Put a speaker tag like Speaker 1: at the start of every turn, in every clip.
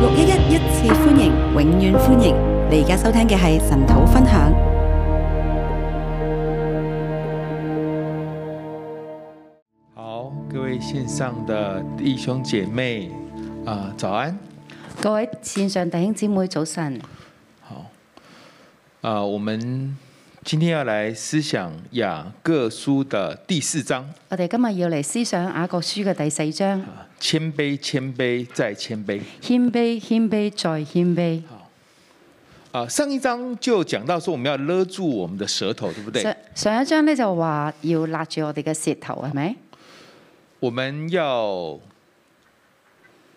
Speaker 1: 六一一一次歡迎，永遠歡迎！你而家收聽嘅係神土分享。
Speaker 2: 好，各位线上的弟兄姐妹啊、早安！
Speaker 3: 各位線上弟兄姊妹早晨，
Speaker 2: 啊、我们今天要来思想雅各书的第四章，
Speaker 3: 我哋今日要嚟思想雅各書嘅第四章，
Speaker 2: 啊谦卑，谦卑再谦卑。
Speaker 3: 謙卑、謙卑再謙卑。
Speaker 2: 啊、上一章就讲到说我们要勒住我们的舌头，对不对？
Speaker 3: 上上一章呢就話要勒住我哋嘅舌頭，係咪？
Speaker 2: 我们要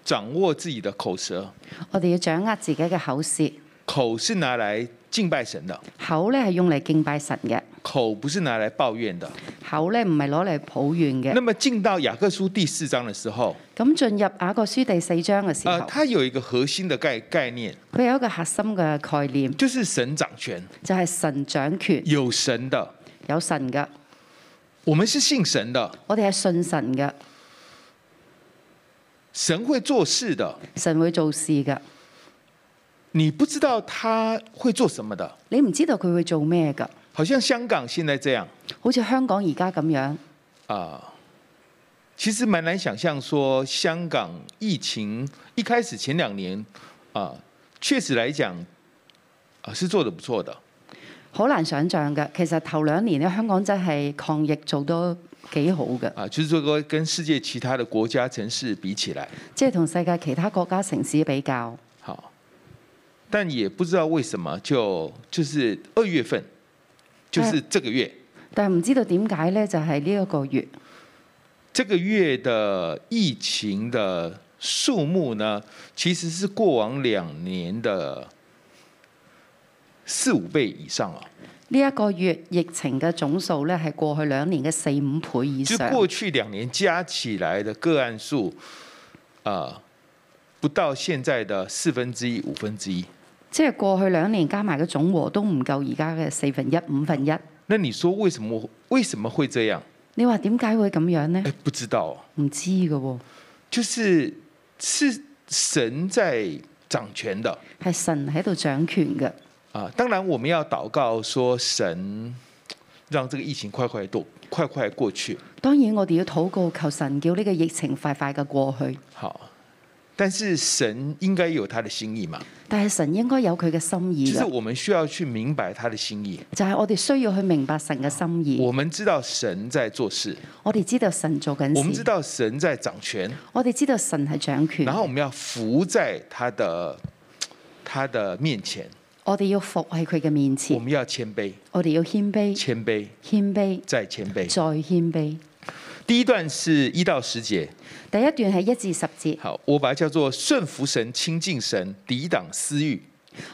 Speaker 2: 掌握自己的口舌，
Speaker 3: 我哋要掌握自己嘅口舌，
Speaker 2: 口是拿来敬拜神的，
Speaker 3: 口呢係用嚟敬拜神嘅，
Speaker 2: 口不是拿来抱怨的。
Speaker 3: 口呢唔係攞嚟抱怨嘅
Speaker 2: 那。么进到雅各书第四章的时候，
Speaker 3: 咁進入雅各書第四章嘅時
Speaker 2: 呃，
Speaker 3: 候，
Speaker 2: 它有一个核心的概概念，
Speaker 3: 佢有一個核心嘅概念，
Speaker 2: 就是神掌权，
Speaker 3: 就係神掌權，
Speaker 2: 有神的，
Speaker 3: 有神嘅，
Speaker 2: 我们是信神的，
Speaker 3: 我哋係信神嘅，
Speaker 2: 神会做事的。
Speaker 3: 神會做事嘅。
Speaker 2: 你不知道他会做什么的，
Speaker 3: 你唔知道佢會做咩㗎，
Speaker 2: 好像香港现在这样
Speaker 3: 好似香港而家咁樣。
Speaker 2: 啊、其实蛮难想象说香港疫情一开始前两年啊、确实来讲啊、是做的不错的，
Speaker 3: 好難想像嘅。其實頭兩年咧，香港真係抗疫做得幾好嘅，
Speaker 2: 啊，就是说跟世界其他的国家城市比起来，
Speaker 3: 即係同世界其他國家城市比較。
Speaker 2: 好，但也不知道为什么就就是二月份，就是这个月，
Speaker 3: 但係唔知道點解呢，就係呢一個月
Speaker 2: 这个月的疫情的数目呢，其实是过往两年的四五倍以上啊了。
Speaker 3: 呢一個月疫情嘅總數呢，係過去兩年嘅四五倍以
Speaker 2: 就
Speaker 3: 上。
Speaker 2: 过去两年加起来的个案数，啊、不到现在的四分之一、五分之一。
Speaker 3: 即係過去兩年加埋嘅總和都唔夠而家嘅四分一、五分一。
Speaker 2: 那你说為什麼为什么会这样？
Speaker 3: 你話點解會咁樣呢
Speaker 2: 哎？，不知道哦、
Speaker 3: 唔知嘅喎，
Speaker 2: 就是是神在掌权的
Speaker 3: 係神喺度掌權嘅。
Speaker 2: 啊。当然，我们要祷告说神让这个疫情快快度快快过去。
Speaker 3: 當然我哋要禱告求神叫呢個疫情快快嘅過去，
Speaker 2: 好，但是神应该有他的心意嘛，
Speaker 3: 但係神應該有佢嘅心
Speaker 2: 就
Speaker 3: 意
Speaker 2: 是
Speaker 3: 㗎
Speaker 2: 我们需要去明白他的心意。
Speaker 3: 就係我哋需要去明白神嘅心意。
Speaker 2: 我们知道神在做事，
Speaker 3: 我哋知道神做緊
Speaker 2: 我们知
Speaker 3: 事，
Speaker 2: 道神在掌权，
Speaker 3: 我哋知道神係掌權
Speaker 2: 然，后我们要服在他的他的面前，
Speaker 3: 我哋要服喺佢嘅面
Speaker 2: 我
Speaker 3: 前，
Speaker 2: 们要谦卑，
Speaker 3: 我哋要謙卑，
Speaker 2: 谦卑
Speaker 3: 謙卑
Speaker 2: 再谦卑。
Speaker 3: 再謙卑。
Speaker 2: 第一段是一到十节，
Speaker 3: 第一段係一至十節，
Speaker 2: 好，我把它叫做顺服神、亲近神、抵挡私欲。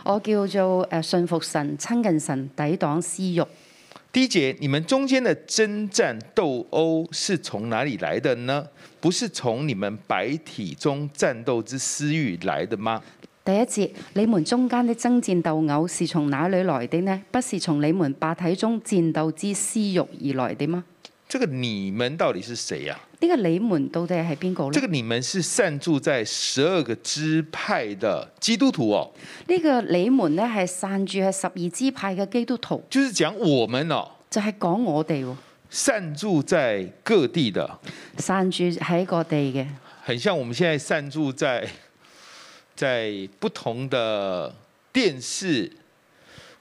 Speaker 3: 我叫做誒信服神、親近神、抵擋私欲。
Speaker 2: 第一节，你们中间的征战斗殴是从哪里来的呢？不是从你们白体中战斗之私欲来的吗？
Speaker 3: 第一節，你們中間的爭戰鬥偶是從哪裏來的呢？不是從你們霸體中戰鬥之私欲而來的嗎？
Speaker 2: 这个你们到底是谁呀、
Speaker 3: 呢、個你們到底係邊個
Speaker 2: 这个
Speaker 3: 呢？
Speaker 2: 你们是散住在十二个支派的基督徒哦，
Speaker 3: 呢個你們呢係散住喺十二支派嘅基督徒，
Speaker 2: 就是讲我们哦，
Speaker 3: 就係、講我哋喎。
Speaker 2: 散住在各地的，
Speaker 3: 散住喺個地嘅，
Speaker 2: 很像我们现在散住在在不同的电视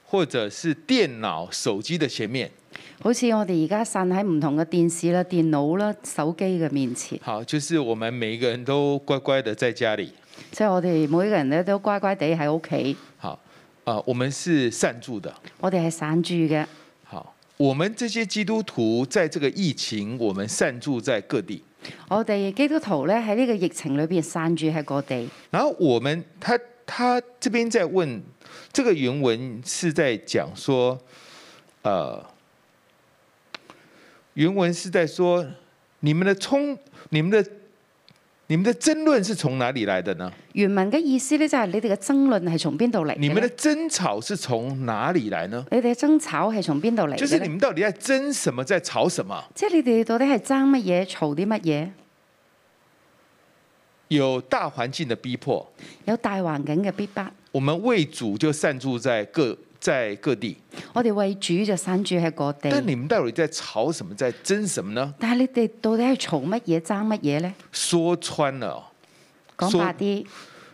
Speaker 2: 或者是电脑、手机的前面。
Speaker 3: 好似我哋而家散喺唔同嘅電視啦、電腦啦、手機嘅面前，
Speaker 2: 好，就是我们每一个人都乖乖的在家里。
Speaker 3: 即係我哋每個人咧都乖乖地喺屋企，
Speaker 2: 好，啊、我们是散住的。
Speaker 3: 我哋係散住嘅。
Speaker 2: 好，我们这些基督徒在这个疫情，我们散住在各地。
Speaker 3: 我哋基督徒咧喺呢個疫情裏邊散住喺個地。
Speaker 2: 然后我们他他这边在问，这个原文是在讲说，呃，原文是在说你们的冲，你们的你们的争论是从哪里来的呢？
Speaker 3: 原文嘅意思咧就係你哋嘅爭論係從邊度嚟嘅
Speaker 2: 哎你们的
Speaker 3: 咧？
Speaker 2: 争吵是从哪里来呢？
Speaker 3: 你哋嘅爭吵係從邊度嚟
Speaker 2: 就
Speaker 3: 嘅
Speaker 2: 是你
Speaker 3: 咧？
Speaker 2: 们到底在争什么，在吵什么？
Speaker 3: 即係你哋到底係爭乜嘢、嘈啲乜嘢？
Speaker 2: 有大环境的逼迫，
Speaker 3: 有大環境嘅逼迫。
Speaker 2: 我們為主就散住在各在各地。
Speaker 3: 我哋為主就散住喺各地。
Speaker 2: 但你們到底在吵什麼，在爭什麼呢？
Speaker 3: 但係你哋到底係嘈乜嘢爭乜嘢呢？
Speaker 2: 說穿了哦，
Speaker 3: 講
Speaker 2: 所
Speaker 3: 白啲，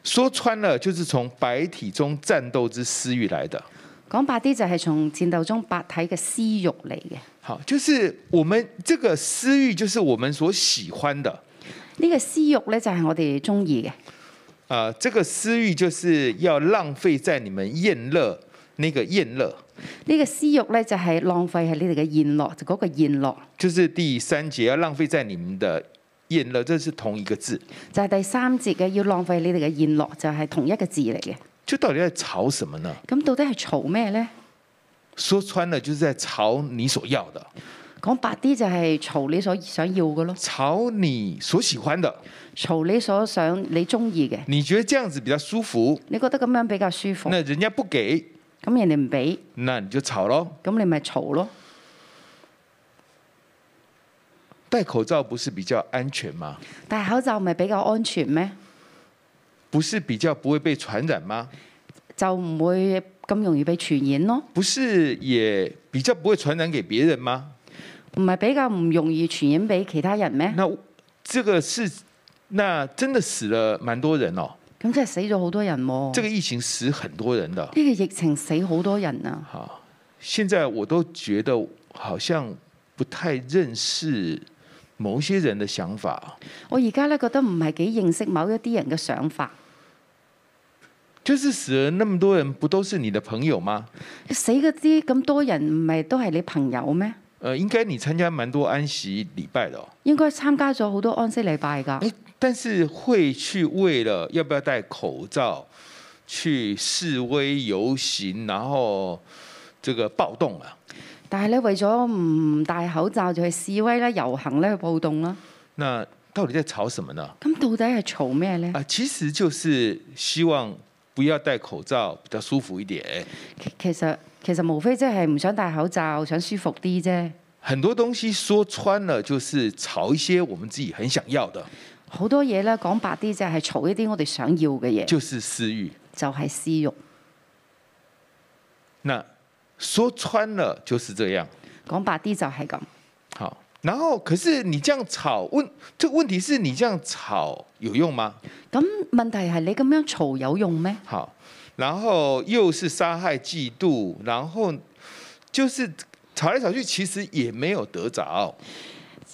Speaker 2: 说穿了就是從白體中戰鬥之私欲來的。
Speaker 3: 講白啲就係從戰鬥中白體嘅私欲嚟嘅。
Speaker 2: 好，就是我們這個私欲，就是我們所喜歡的。
Speaker 3: 呢、個私欲呢，就係我哋中意嘅。
Speaker 2: 啊，這個私欲就是要浪費在你們宴樂那個宴樂，
Speaker 3: 呢、個私欲呢，就係浪費喺你哋嘅宴樂，就嗰個宴樂
Speaker 2: 就是第三節要浪費在你們的宴樂，這是同一個字。
Speaker 3: 就係、第三節嘅要浪費你哋嘅宴樂，就係、同一個字嚟嘅。
Speaker 2: 就到底在吵什麼呢？
Speaker 3: 咁到底係嘈咩呢？
Speaker 2: 說穿了就是在吵你所要的，
Speaker 3: 講白啲就係嘈你所想要嘅咯，
Speaker 2: 吵你所喜歡的。
Speaker 3: 嘈你所想你中意嘅，
Speaker 2: 你覺得這樣子比較舒服，
Speaker 3: 你覺得咁樣比較舒服，
Speaker 2: 那人家不給，
Speaker 3: 咁人哋唔俾，
Speaker 2: 那你就吵咯。
Speaker 3: 咁你咪嘈咯。
Speaker 2: 戴口罩不是比較安全嗎？
Speaker 3: 戴口罩咪比較安全咩？
Speaker 2: 不是比較不會被傳染嗎？
Speaker 3: 就唔會咁容易被傳染咯，
Speaker 2: 不是也比較不會傳染給別人嗎？
Speaker 3: 唔係比較唔容易傳染俾其他人咩？
Speaker 2: 那這個是，那真的死了蠻多人哦。
Speaker 3: 咁真係死咗好多人喎、
Speaker 2: 這
Speaker 3: 呢
Speaker 2: 個疫情死很多人的。
Speaker 3: 個疫情死好多人啊！
Speaker 2: 好，現在我都覺得好像不太認識某些人的想法，
Speaker 3: 我而家咧覺得唔係幾認識某一啲人嘅想法。
Speaker 2: 就是死了那麼多人，不都是你的朋友嗎？
Speaker 3: 死嗰啲咁多人，唔係都係你朋友咩？
Speaker 2: 呃，應該你參加蠻多安息禮拜的哦。
Speaker 3: 應該參加咗好多安息禮拜㗎。
Speaker 2: 誒，但是會去為了要不要戴口罩去示威遊行，然後这個暴動啊？
Speaker 3: 但係咧，為咗唔戴口罩就去示威啦、遊行咧、去暴動啦。
Speaker 2: 那到底在吵什麼呢？
Speaker 3: 咁到底係嘈咩呢？
Speaker 2: 啊，其實就是希望不要戴口罩，比較舒服一點。
Speaker 3: 其其實其實無非即係唔想戴口罩，想舒服啲啫。
Speaker 2: 很多東西說穿了，就是炒一些我們自己很想要的，
Speaker 3: 好多嘢咧，講白啲就係嘈一啲我哋想要嘅嘢，
Speaker 2: 就是私欲。
Speaker 3: 就係私欲。
Speaker 2: 那說穿了就是這樣。
Speaker 3: 講白啲就係咁。
Speaker 2: 好，然後可是你這樣吵，問這個問題是你這樣吵有用嗎？
Speaker 3: 咁問題係你咁樣嘈有用咩？
Speaker 2: 好，然後又是殺害、嫉妒，然後就是吵來吵去，其實也沒有得着。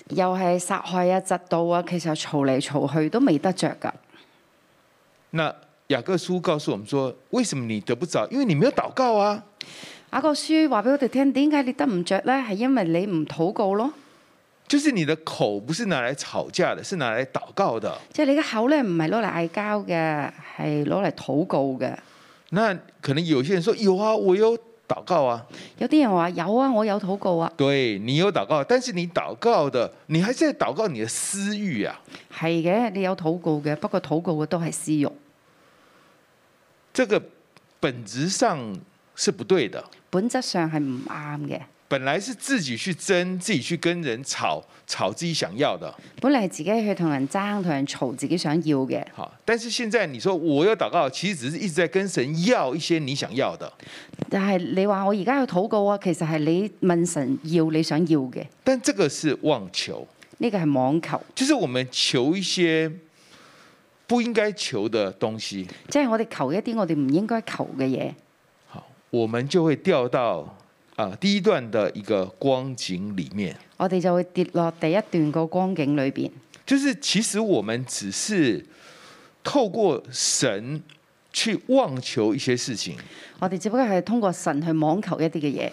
Speaker 3: 又係殺害啊、窒到啊，其實嘈嚟嘈去都未得着㗎。
Speaker 2: 那雅各書告訴我們說，為什麼你得不着？因為你沒有禱告啊。
Speaker 3: 雅各書話俾我哋聽，點解你得唔着呢？係因為你唔禱告咯，
Speaker 2: 就是你的口不是拿來吵架的，是拿來禱告的。
Speaker 3: 即係你嘅口咧唔係攞嚟嗌交嘅，係攞嚟禱告嘅。
Speaker 2: 那可能有些人說有啊，我有禱告啊。
Speaker 3: 有啲人話有啊，我有禱告啊，
Speaker 2: 对你有禱告，但是你禱告的，你還是在禱告你的私欲啊。
Speaker 3: 係嘅，你有禱告嘅，不過禱告嘅都係私欲，
Speaker 2: 這個本質上是不對的。
Speaker 3: 本質上係唔啱嘅。
Speaker 2: 本來是自己去爭，自己去跟人吵，吵自己想要的。
Speaker 3: 本嚟係自己去同人爭、同人嘈，自己想要嘅。
Speaker 2: 好，但是現在你說我有禱告，其實只是一直在跟神要一些你想要的。
Speaker 3: 但係你話我而家去禱告啊，其實係你問神要你想要嘅，
Speaker 2: 但這個是妄求，
Speaker 3: 呢個係妄求，
Speaker 2: 就是我們求一些不應該求的東西，
Speaker 3: 即係我哋求一啲我哋唔應該求嘅嘢。
Speaker 2: 我們就會掉到啊、第一段的一個光景裡面。
Speaker 3: 我哋就會跌落第一段個光景裏邊，
Speaker 2: 就是其實我們只是透過神去妄求一些事情，
Speaker 3: 我哋只不過係通過神去妄求一啲嘅嘢。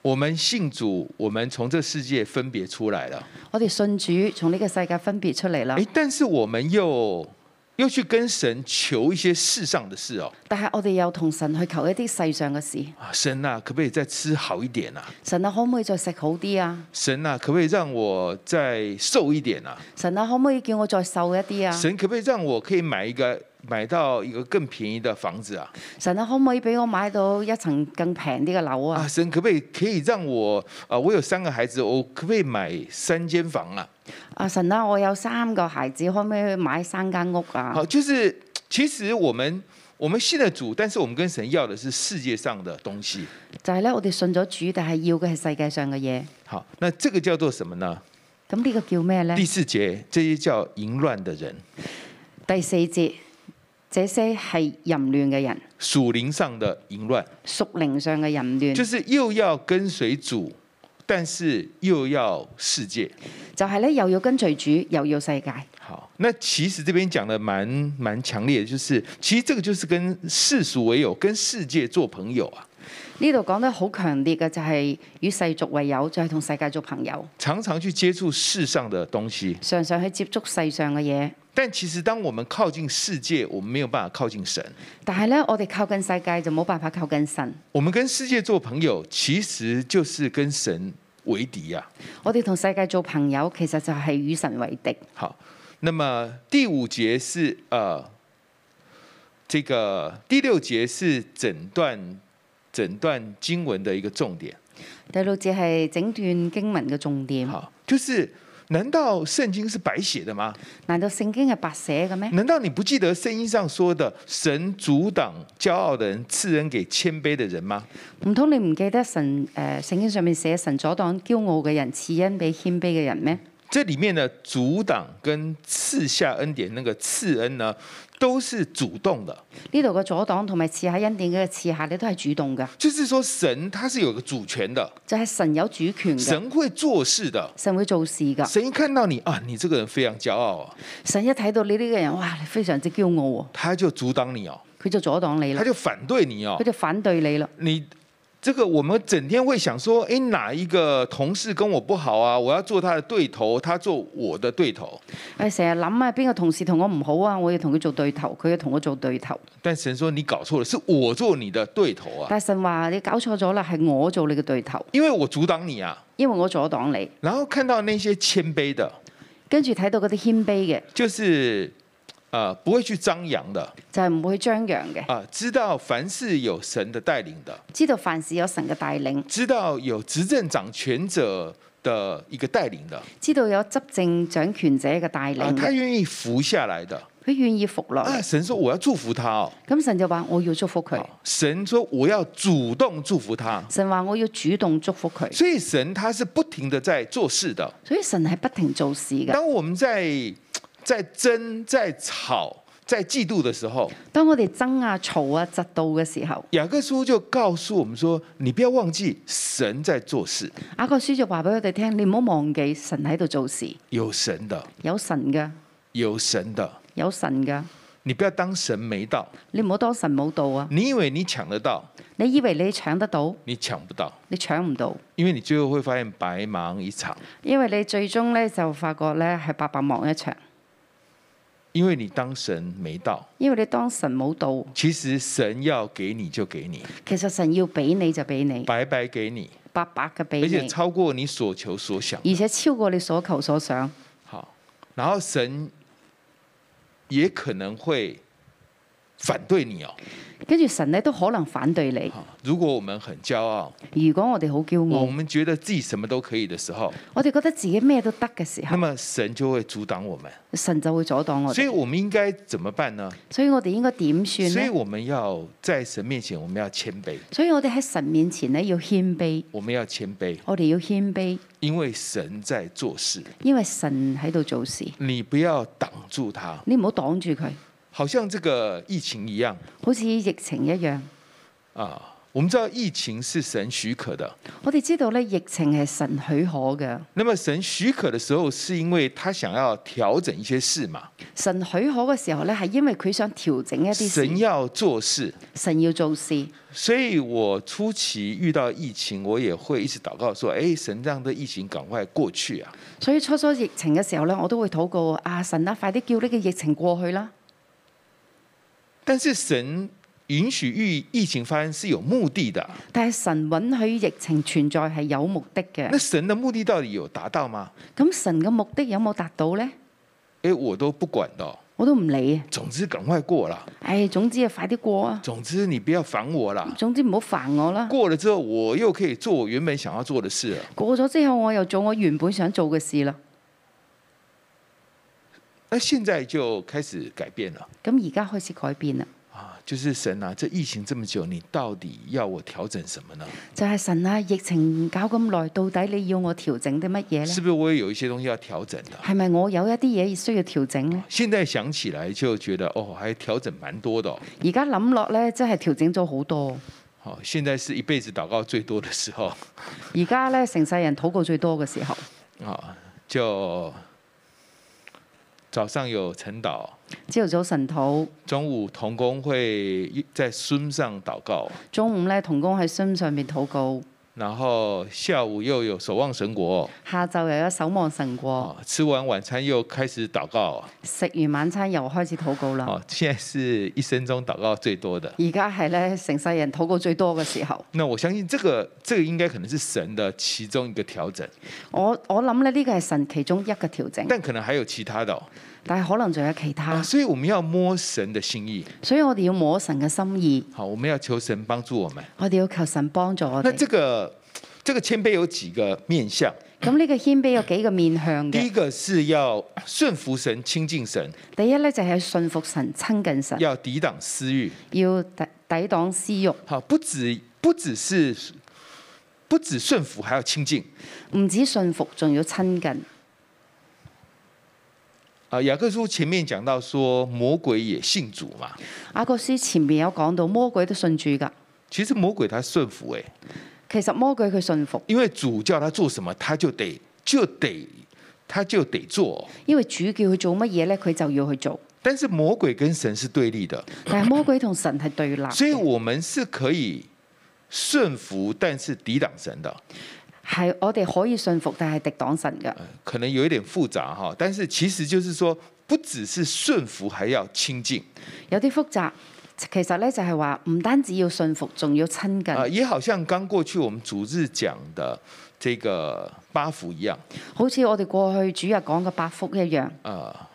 Speaker 2: 我們信主，我們從這世界分別出來了，
Speaker 3: 我哋信主，從呢個世界分別出嚟啦
Speaker 2: 哎。，但是我們又又去跟神求一些世上的事哦，
Speaker 3: 但係我哋又同神去求一啲世上嘅事。
Speaker 2: 啊，神啊，可不可以再吃好一點啊？
Speaker 3: 神啊，可唔可以再食好啲啊？
Speaker 2: 神啊，可不可以讓我再瘦一點啊？
Speaker 3: 神啊，可唔可以叫我再瘦一啲啊？
Speaker 2: 神可不可以讓我可以買一個买到一个更便宜的房子啊？
Speaker 3: 神啊，可唔可以俾我買到一層更平啲嘅樓啊
Speaker 2: 啊，？神可不可以可以让我啊、我有三个孩子，我可不可以买三间房啊？
Speaker 3: 啊神啊，我有三個孩子，可唔可以買三間屋啊
Speaker 2: 好，？就是其实我们我们信了主，但是我们跟神要的是世界上的东西。
Speaker 3: 就係咧，我哋信咗主，但係要嘅係世界上嘅嘢。
Speaker 2: 好，那这个叫做什么呢？
Speaker 3: 咁呢個叫咩呢
Speaker 2: 第？四节，这些叫淫乱的人，
Speaker 3: 第四節，這些係淫亂嘅人，
Speaker 2: 属灵上的淫乱，
Speaker 3: 屬靈上嘅淫亂，
Speaker 2: 就是又要跟随主，但是又要世界。
Speaker 3: 就係咧又要跟隨主，又要世界。
Speaker 2: 好，那其实这边讲的蛮蛮强烈的，就是其实这个就是跟世俗为友，跟世界做朋友啊，
Speaker 3: 呢度講得好強烈嘅就係與世俗為友，就係同世界做朋友，
Speaker 2: 常常去接觸世上的東西。
Speaker 3: 常常去接觸世上嘅嘢。
Speaker 2: 但其实当我们靠近世界，我们没有办法靠近神。
Speaker 3: 但係咧，我哋靠近世界就冇辦法靠近神。
Speaker 2: 我们跟世界做朋友，其实就是跟神为敌啊呀、
Speaker 3: 我哋同世界做朋友，其實就係與神為敵。
Speaker 2: 好，那么第五节是呃，这个第六节是整段整段经文的一个重点。
Speaker 3: 第六節係整段經文嘅重點。
Speaker 2: 好，就是难道圣经是白写的吗？
Speaker 3: 難道聖經係白寫嘅咩？
Speaker 2: 难道你不记得圣经上说的“神阻挡骄傲的人，赐恩给谦卑的人”吗？
Speaker 3: 唔通你唔記得神誒、呃、聖經上面寫神阻擋驕傲嘅人，賜恩俾謙卑嘅人咩？
Speaker 2: 这里面的“阻挡”跟“赐下恩典”那个“赐恩”呢，都是主动的，
Speaker 3: 呢度嘅阻擋同埋賜下恩典嘅賜下，你都係主動嘅，
Speaker 2: 就是说神他是有个主权的，
Speaker 3: 就係、神有主權嘅，
Speaker 2: 神会做事的。
Speaker 3: 神會做事㗎。
Speaker 2: 神一看到你啊，你这个人非常骄傲啊，
Speaker 3: 神一睇到你呢個人，哇！你非常之驕傲喎，
Speaker 2: 他就阻挡你哦，
Speaker 3: 佢就阻擋你
Speaker 2: 他
Speaker 3: 啦，
Speaker 2: 就反对你哦
Speaker 3: 佢。就反對你啦。
Speaker 2: 你这个我们整天会想说，诶，哪一个同事跟我不好啊？我要做他的对头，他做我的对头。
Speaker 3: 誒，成日諗啊，邊個同事同我唔好啊，我要同佢做對頭，佢要同我做對頭。
Speaker 2: 但神说你搞错了，是我做你的对头啊，
Speaker 3: 但係神話你搞錯咗啦，係我做你嘅對頭，
Speaker 2: 因为我阻挡你啊。
Speaker 3: 因為我阻擋你。
Speaker 2: 然后看到那些谦卑的，
Speaker 3: 跟住睇到嗰啲謙卑嘅，
Speaker 2: 就是呃不会去张扬的
Speaker 3: 就係、唔會去張揚嘅，
Speaker 2: 啊、知道凡事有神的带领的，
Speaker 3: 知道凡事有神嘅帶領。
Speaker 2: 知道有执政掌权者的一个带领的。
Speaker 3: 知道有執政掌權者嘅帶
Speaker 2: 啊，
Speaker 3: 領
Speaker 2: 他
Speaker 3: 嘅，
Speaker 2: 愿意服下来的。
Speaker 3: 佢願意服落
Speaker 2: 啊，
Speaker 3: 嚟。
Speaker 2: 神说我要祝福他哦，
Speaker 3: 咁神就話：我要祝福佢。
Speaker 2: 神说我要主动祝福他。
Speaker 3: 神話：我要主動祝福佢。
Speaker 2: 所以神他是不停的在做事的。
Speaker 3: 所以神係不停做事嘅。
Speaker 2: 当我们在在争、在吵、在嫉妒的时候，
Speaker 3: 當我哋爭啊、嘈啊、窒到嘅時候，
Speaker 2: 雅各书就告诉我们说：你不要忘记神在做事，
Speaker 3: 雅各書就話俾我哋聽：你唔好忘記神喺度做事，
Speaker 2: 有神的，
Speaker 3: 有神嘅，
Speaker 2: 有神的。
Speaker 3: 有神嘅。
Speaker 2: 你不要当神没到，
Speaker 3: 你唔好當神冇到啊！
Speaker 2: 你以为你抢得到，
Speaker 3: 你以為你搶得到，
Speaker 2: 你抢不到，
Speaker 3: 你搶唔到，
Speaker 2: 因為你最后会发现白忙一场，
Speaker 3: 因為你最終咧就發覺咧係白白忙一場，
Speaker 2: 因为你当神没到。
Speaker 3: 因為你當神冇到，
Speaker 2: 其实神要给你就给你，
Speaker 3: 其實神要俾你就俾你，
Speaker 2: 白白给你，
Speaker 3: 白白嘅俾
Speaker 2: 而且
Speaker 3: 你。
Speaker 2: 超过你所求所想。
Speaker 3: 而且超過你所求所想。
Speaker 2: 好，然后神也可能会反对你哦。
Speaker 3: 跟住神咧都可能反對你。
Speaker 2: 好，如果我们很骄傲，
Speaker 3: 如果我哋好驕
Speaker 2: 我
Speaker 3: 傲，
Speaker 2: 们觉得自己什么都可以的时候，
Speaker 3: 我哋覺得自己咩都得嘅時
Speaker 2: 那
Speaker 3: 候，
Speaker 2: 么神就会阻挡我们。
Speaker 3: 神就會阻擋我
Speaker 2: 嗯所以
Speaker 3: 哋。
Speaker 2: 我们应该怎么办呢？
Speaker 3: 所以我哋應該點算
Speaker 2: 所以
Speaker 3: 呢？
Speaker 2: 我们要在神面前，我们要谦卑，
Speaker 3: 所以我哋喺神面前咧要謙卑，
Speaker 2: 我们要谦卑，
Speaker 3: 我哋要謙卑，
Speaker 2: 因为神在做事，
Speaker 3: 因為神喺度做事，
Speaker 2: 你不要挡住他，
Speaker 3: 你唔好擋住佢，
Speaker 2: 好像这个疫情一样。
Speaker 3: 好似疫情一樣。
Speaker 2: 啊，我们知道疫情是神许可的，
Speaker 3: 我哋知道咧，疫情係神許可嘅，
Speaker 2: 那么神许可的时候，是因为他想要调整一些事嘛，
Speaker 3: 神許可嘅時候咧，係因為佢想調整一啲
Speaker 2: 神
Speaker 3: 事，
Speaker 2: 要做事。
Speaker 3: 神要做事。
Speaker 2: 所以我初期遇到疫情，我也会一直祷告说：“哎，神让这疫情赶快过去啊
Speaker 3: 所以初初疫情嘅時候咧，我都會禱告啊神啊，快啲叫呢個疫情過去啦。！”
Speaker 2: 但是神允许疫疫情发生是有目的的啊，
Speaker 3: 但係神允許疫情存在係有目的
Speaker 2: 那
Speaker 3: 嘅。
Speaker 2: 神的目的到底有达到吗？
Speaker 3: 咁神嘅目的有冇達到呢？
Speaker 2: 哎，我都不管的哦、
Speaker 3: 我都唔理啊。
Speaker 2: 总之赶快过啦，
Speaker 3: 唉，總之啊，快啲過啊！
Speaker 2: 总之你不要烦我啦。
Speaker 3: 總之唔好煩我啦。
Speaker 2: 过了之后，我又可以做我原本想要做的事了。
Speaker 3: 過咗之後，我又做我原本想做嘅事啦。
Speaker 2: 那现在就开始改变了
Speaker 3: 咁而家開始改變啦，
Speaker 2: 啊，就是神啊，这疫情这么久，你到底要我调整什么呢？
Speaker 3: 就係、神啊！疫情搞咁耐，到底你要我調整啲乜嘢
Speaker 2: 是
Speaker 3: 呢？
Speaker 2: 不是我也有一些东西要调整的？
Speaker 3: 係咪我有一啲嘢需要調整呢？
Speaker 2: 现在想起来就觉得哦，还调整蛮多的、哦。
Speaker 3: 而家諗落呢，真係調整咗好多。
Speaker 2: 好，现在是一辈子祷告最多的时候
Speaker 3: 而家呢，成世人禱告最多嘅時候，
Speaker 2: 啊，就早上有晨祷，
Speaker 3: 朝頭早晨禱，
Speaker 2: 中午童工会在 Zoom 上祷告，
Speaker 3: 中午呢，童工喺心上面禱告，
Speaker 2: 然后下午又有守望神国，
Speaker 3: 下晝又有守望神過，
Speaker 2: 啊，吃完晚餐又开始祷告，
Speaker 3: 食完晚餐又開始禱告啦。
Speaker 2: 啊，现在是一生中祷告最多的。
Speaker 3: 而家係呢，成世人禱告最多嘅時候。
Speaker 2: 那我相信这个这个应该可能是神的其中一个调整，
Speaker 3: 我我諗咧，呢個係神其中一嘅調整，
Speaker 2: 但可能还有其他的、哦、
Speaker 3: 但係可能仲有其他
Speaker 2: 啊，，所以我们要摸神的心意，
Speaker 3: 所以我哋要摸神嘅心意，
Speaker 2: 好，我们要求神帮助我们。
Speaker 3: 我哋要求神幫助我
Speaker 2: 那
Speaker 3: 哋。
Speaker 2: 这个这个谦卑有几个面向？
Speaker 3: 咁呢個謙卑有幾個面向
Speaker 2: 第一
Speaker 3: 嘅，
Speaker 2: 个是要顺服神、亲近神，
Speaker 3: 第一咧就係信服神、親近神，
Speaker 2: 要抵挡私欲。
Speaker 3: 要抵抵擋私欲，
Speaker 2: 好，不止不只是不止顺服，还要亲近。
Speaker 3: 唔止信服，仲要親近。
Speaker 2: 啊，雅各书前面讲到说魔鬼也信主嘛，
Speaker 3: 雅各書前面有講到魔鬼都信主㗎，
Speaker 2: 其实魔鬼他顺服诶、欸
Speaker 3: 其實魔鬼佢信服，
Speaker 2: 因为主叫他做什么，他就得就得他就得做。
Speaker 3: 因為主叫佢做乜嘢咧，佢就要去做。
Speaker 2: 但是魔鬼跟神是对立的，
Speaker 3: 但係魔鬼同神係對立嘅，
Speaker 2: 所以我们是可以顺服，但是抵挡神的。
Speaker 3: 係我哋可以信服，但係敵擋神㗎。
Speaker 2: 可能有一点复杂哈，但是其实就是说，不只是顺服，还要亲近
Speaker 3: 有啲複雜，其實咧就係話唔單止要信服，仲要親近，
Speaker 2: 啊、也好像刚过去我们主日讲的这个八福一样
Speaker 3: 好似我哋過去主日講嘅八福一樣。
Speaker 2: 啊、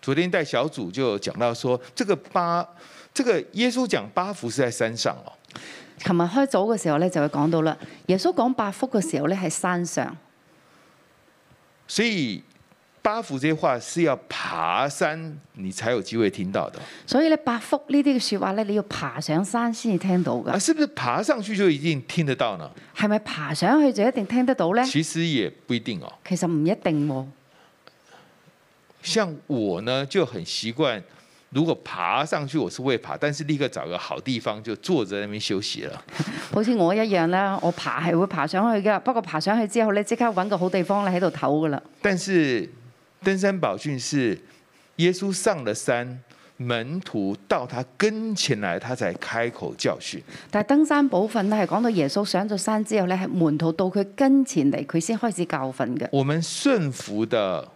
Speaker 2: 昨天带小组就有讲到说，这个八，这个耶稣讲八福是在山上哦，
Speaker 3: 琴日開早嘅時候咧就會講到啦，耶穌講八福嘅時候咧喺山上，
Speaker 2: 所以八福这些话是要爬山你才有机会听到的哦
Speaker 3: 所以咧八福呢啲嘅説話咧你要爬上山先至聽到
Speaker 2: 啊，
Speaker 3: 㗎。
Speaker 2: 是不是爬上去就一定聽得到呢？
Speaker 3: 係咪爬上去就一定聽得到咧？
Speaker 2: 其实也不一定哦。
Speaker 3: 其實唔一定喎。
Speaker 2: 像我呢就很习惯，如果爬上去我是会爬，但是立刻找个好地方就坐着在那边休息了。
Speaker 3: 好似我一樣啦，我爬係會爬上去㗎，不過爬上去之後咧即刻揾個好地方咧喺度唞㗎啦。
Speaker 2: 但是登山宝训是耶稣上了山，门徒到他跟前来，他才开口教训。
Speaker 3: 但係登山寶訓咧係講到耶穌上咗山之後咧，係門徒到佢跟前嚟，佢先開始教訓嘅。
Speaker 2: 我们顺服的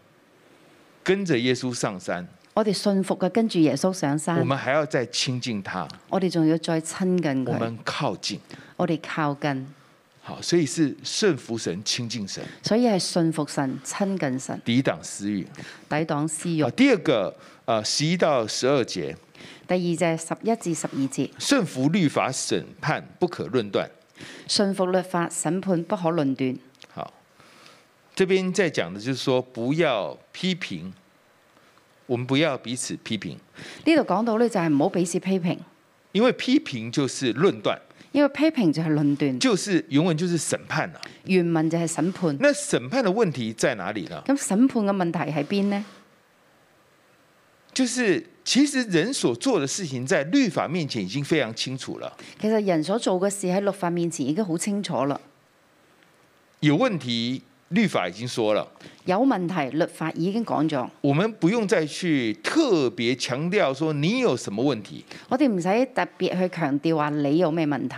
Speaker 2: 跟着耶稣上山，
Speaker 3: 我哋信服嘅跟住耶穌上
Speaker 2: 我
Speaker 3: 山，
Speaker 2: 们還要再亲近他，
Speaker 3: 我哋仲要再親近
Speaker 2: 我
Speaker 3: 佢，
Speaker 2: 们靠近。
Speaker 3: 我哋靠近，
Speaker 2: 好，所以是顺服神、亲近神，
Speaker 3: 所以係信服神、親近神、
Speaker 2: 抵挡私欲。
Speaker 3: 抵擋私欲
Speaker 2: 好，。第二个，呃，十一到十二节，
Speaker 3: 第二就係十一至十二節，
Speaker 2: 顺服律法审判不可论断。
Speaker 3: 信服律法審判不可論斷。
Speaker 2: 好，这边在讲的就是说，不要批评，我们不要彼此批评，
Speaker 3: 呢度講到咧就係唔好彼此批評，
Speaker 2: 因為批評就是論斷，
Speaker 3: 因為批評就係論斷，
Speaker 2: 就是原文就是審判了、啊
Speaker 3: 原文就係審判。
Speaker 2: 那審判的問題在哪裡呢？
Speaker 3: 咁審判嘅問題喺邊呢？
Speaker 2: 就是其實人所做的事情，在律法面前已經非常清楚了，
Speaker 3: 其實人所做嘅事喺律法面前已經好清楚啦。
Speaker 2: 有問題，律法已經說了，
Speaker 3: 有問題，律法已經講咗，
Speaker 2: 我們不用再去特別強調說你有什麼問題，
Speaker 3: 我哋唔使特別去強調話你有咩問題。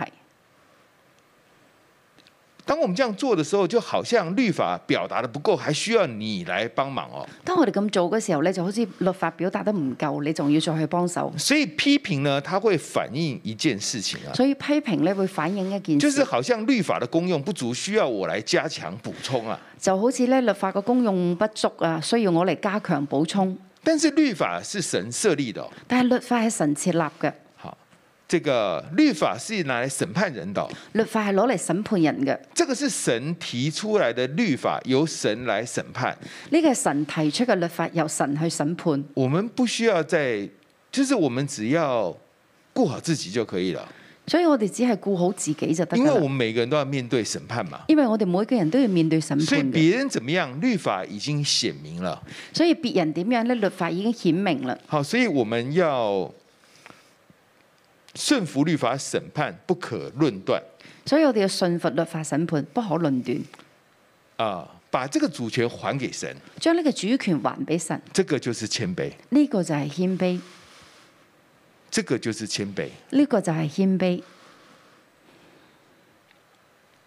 Speaker 2: 当我们这样做的时候，就好像律法表达的不够，还需要你来帮忙哦。
Speaker 3: 當我哋咁做嘅時候咧，就好似律法表達得唔夠，你仲要再去幫手。
Speaker 2: 所以批评呢，它会反映一件事情啊，
Speaker 3: 所以批評咧會反映一件
Speaker 2: 就是
Speaker 3: 事，
Speaker 2: 好像律法的功用不足，需要我来加强补充啊。
Speaker 3: 就好似咧律法嘅功用不足啊，需要我嚟加強補充。
Speaker 2: 但是律法是神设立的、哦，
Speaker 3: 但係律法係神設立嘅，
Speaker 2: 好，这个律法是拿来审判人的哦、
Speaker 3: 律法係攞嚟審判人嘅。
Speaker 2: 这个是神提出来的律法，由神来审判。
Speaker 3: 呢個係神提出嘅律法，由神去審判。
Speaker 2: 我们不需要再，就是我们只要顾好自己就可以了，
Speaker 3: 所以我哋只係顧好自己就得
Speaker 2: 因为
Speaker 3: 㗎
Speaker 2: 我
Speaker 3: 啦
Speaker 2: 们每个人都要面对审判嘛。
Speaker 3: 因為我哋每個人都要面對審
Speaker 2: 所以
Speaker 3: 判嘅，
Speaker 2: 别人怎么样，律法已经显明了。
Speaker 3: 所以別人點樣呢？律法已經顯明啦。
Speaker 2: 好，所以我们要顺服律法审判，不可论断
Speaker 3: 所以我哋要信服律法審判，不可論斷，
Speaker 2: 啊、把这个主权还给神，
Speaker 3: 將呢個主權還俾神。
Speaker 2: 这个就是谦卑，
Speaker 3: 呢、個就係謙卑，呢、
Speaker 2: 这个就是谦卑
Speaker 3: 個就係謙卑。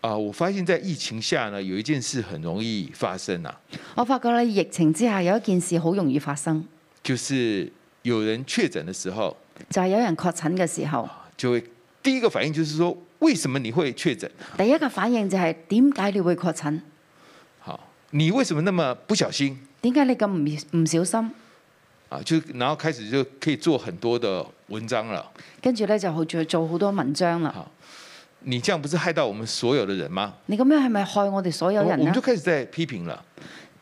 Speaker 2: 啊、我发现，在疫情下呢，有一件事很容易发生啊，
Speaker 3: 我發覺咧，疫情之下有一件事好容易發生，
Speaker 2: 就是有人确诊的时候，
Speaker 3: 就係、有人確診嘅時候，
Speaker 2: 就会第一个反应就是说，为什么你会确诊？
Speaker 3: 第一個反應就係點解你會確診？
Speaker 2: 好，你为什么那么不小心
Speaker 3: 點解你咁唔唔小心？
Speaker 2: 啊？就然后开始就可以做很多的文章了。
Speaker 3: 跟住咧就好做做好多文章啦。
Speaker 2: 好，你这样不是害到我们所有的人吗？
Speaker 3: 你咁樣係咪害我哋所
Speaker 2: 我
Speaker 3: 有
Speaker 2: 们我
Speaker 3: 人
Speaker 2: 们
Speaker 3: 呢
Speaker 2: 就？开始在批评了，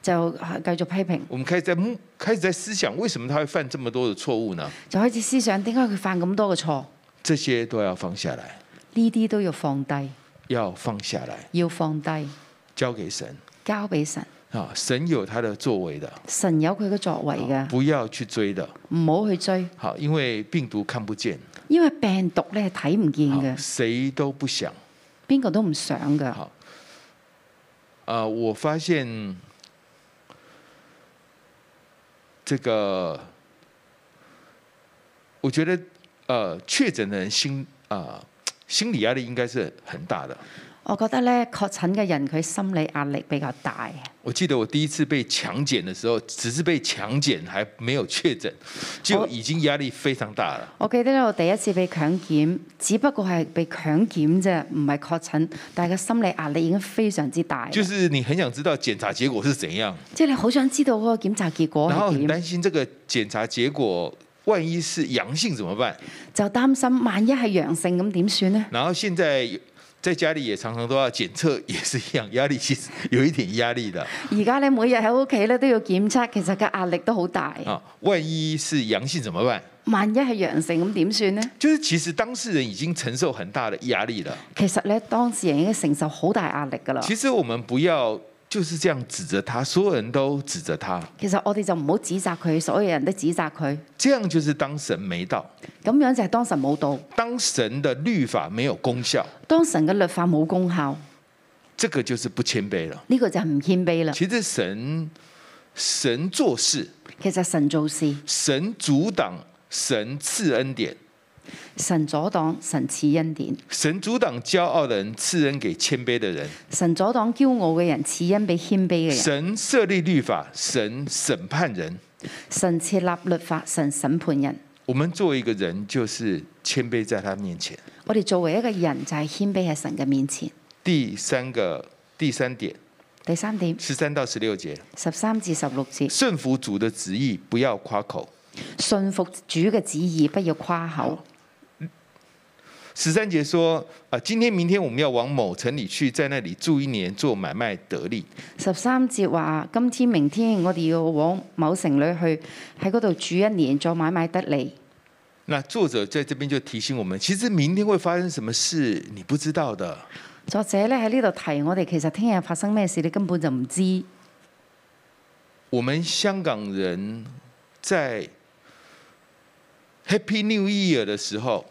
Speaker 3: 就啊繼續批評，
Speaker 2: 我们开始在目开始在思想，为什么他会犯这么多的错误呢？
Speaker 3: 就開始思想點解佢犯咁多嘅錯？
Speaker 2: 这些都要放下来，
Speaker 3: 呢啲都要放低，
Speaker 2: 要放下来，
Speaker 3: 要放低，
Speaker 2: 交给神
Speaker 3: 交俾神。
Speaker 2: 啊！神有他的作为的，
Speaker 3: 神有佢嘅作為嘅，
Speaker 2: 不要去追的。
Speaker 3: 唔好去追，
Speaker 2: 好，因为病毒看不见，
Speaker 3: 因為病毒咧係睇唔見
Speaker 2: 好
Speaker 3: 嘅，
Speaker 2: 谁都不想。
Speaker 3: 邊個都唔想嘅。
Speaker 2: 好，呃，我发现这个，我觉得呃，确诊的人心啊、心理压力應該是很大的。
Speaker 3: 我覺得咧確診嘅人佢心理壓力比較大。
Speaker 2: 我記得我第一次被強檢的時候，只是被強檢，還沒有確診，就
Speaker 3: 我
Speaker 2: 已經壓力非常大了。
Speaker 3: 我記得咧，我第一次被強檢，只不過係被強檢啫，唔係確診，但係個心理壓力已經非常之大啦。
Speaker 2: 就是你很想知道檢查結果是怎樣，
Speaker 3: 即係你好想知道嗰個檢查結果
Speaker 2: 然後
Speaker 3: 係
Speaker 2: 很
Speaker 3: 點，
Speaker 2: 擔心這個檢查結果萬一是陽性怎麼辦？
Speaker 3: 就擔心萬一係陽性咁點算呢？
Speaker 2: 然后现在在家里也常常都要检测，也是一样，压力其实有一点压力的
Speaker 3: 而家你每日喺屋企咧都要檢測，其實個壓力都好大。
Speaker 2: 啊。万一是阳性怎么办？
Speaker 3: 萬一係陽性咁點算呢？
Speaker 2: 就是其实当事人已经承受很大的压力了。
Speaker 3: 其實咧，當事人已經承受好大壓力㗎啦。
Speaker 2: 其實我们不要就是这样指责他，所有人都指责他，
Speaker 3: 其實我哋就唔好指責佢，所有人都指責佢，
Speaker 2: 这样就是当神没到，
Speaker 3: 咁樣就係當神冇道，
Speaker 2: 当神的律法没有功效，
Speaker 3: 當神嘅律法冇功效，
Speaker 2: 这个就是不谦卑了。
Speaker 3: 呢、個就係唔謙卑啦。
Speaker 2: 其实神神做事，
Speaker 3: 其實神做事，
Speaker 2: 神阻挡，神赐恩典，
Speaker 3: 神阻擋，神賜恩典；
Speaker 2: 神阻挡骄傲的人，赐恩给谦卑的人。
Speaker 3: 神阻擋驕傲嘅人，賜恩俾謙卑嘅人。
Speaker 2: 神设立律法，神审判人。
Speaker 3: 神設立律法，神審判人。
Speaker 2: 我们作为一个人，就是谦卑在他面前。
Speaker 3: 我哋作為一個人，就係謙卑喺神嘅面前。
Speaker 2: 第三个第三点，
Speaker 3: 第三點，
Speaker 2: 十三到十六节，
Speaker 3: 十三至十六節，
Speaker 2: 顺服主的旨意，不要夸口。
Speaker 3: 信服主嘅旨意，不要誇口。
Speaker 2: 十三节说：啊、今天、明天我们要往某城里去，在那里住一年，做买卖得利。
Speaker 3: 十三節話：今天、明天，我哋要往某城裏去，喺嗰度住一年，再買買得嚟。
Speaker 2: 那作者在这边就提醒我们，其实明天会发生什么事，你不知道的。
Speaker 3: 作者咧喺呢度提我哋，其實聽日發生咩事，你根本就唔知。
Speaker 2: 我们香港人在 Happy New Year 的时候，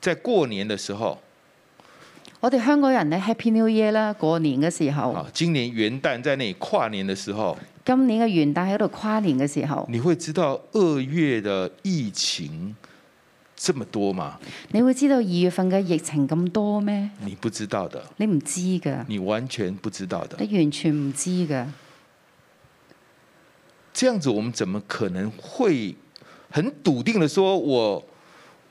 Speaker 2: 在过年的时候，
Speaker 3: 我哋香港人咧 Happy New Year 啦，過年嘅時候，
Speaker 2: 啊，今年元旦在那里跨年的时候，
Speaker 3: 今年嘅元旦喺度跨年嘅時候，
Speaker 2: 你会知道二月的疫情这么多吗？
Speaker 3: 你會知道二月份嘅疫情咁多咩？
Speaker 2: 你不知道的，
Speaker 3: 你唔知㗎，
Speaker 2: 你完全不知道的。
Speaker 3: 你完全唔知㗎。
Speaker 2: 这样子，我们怎么可能会很笃定的说我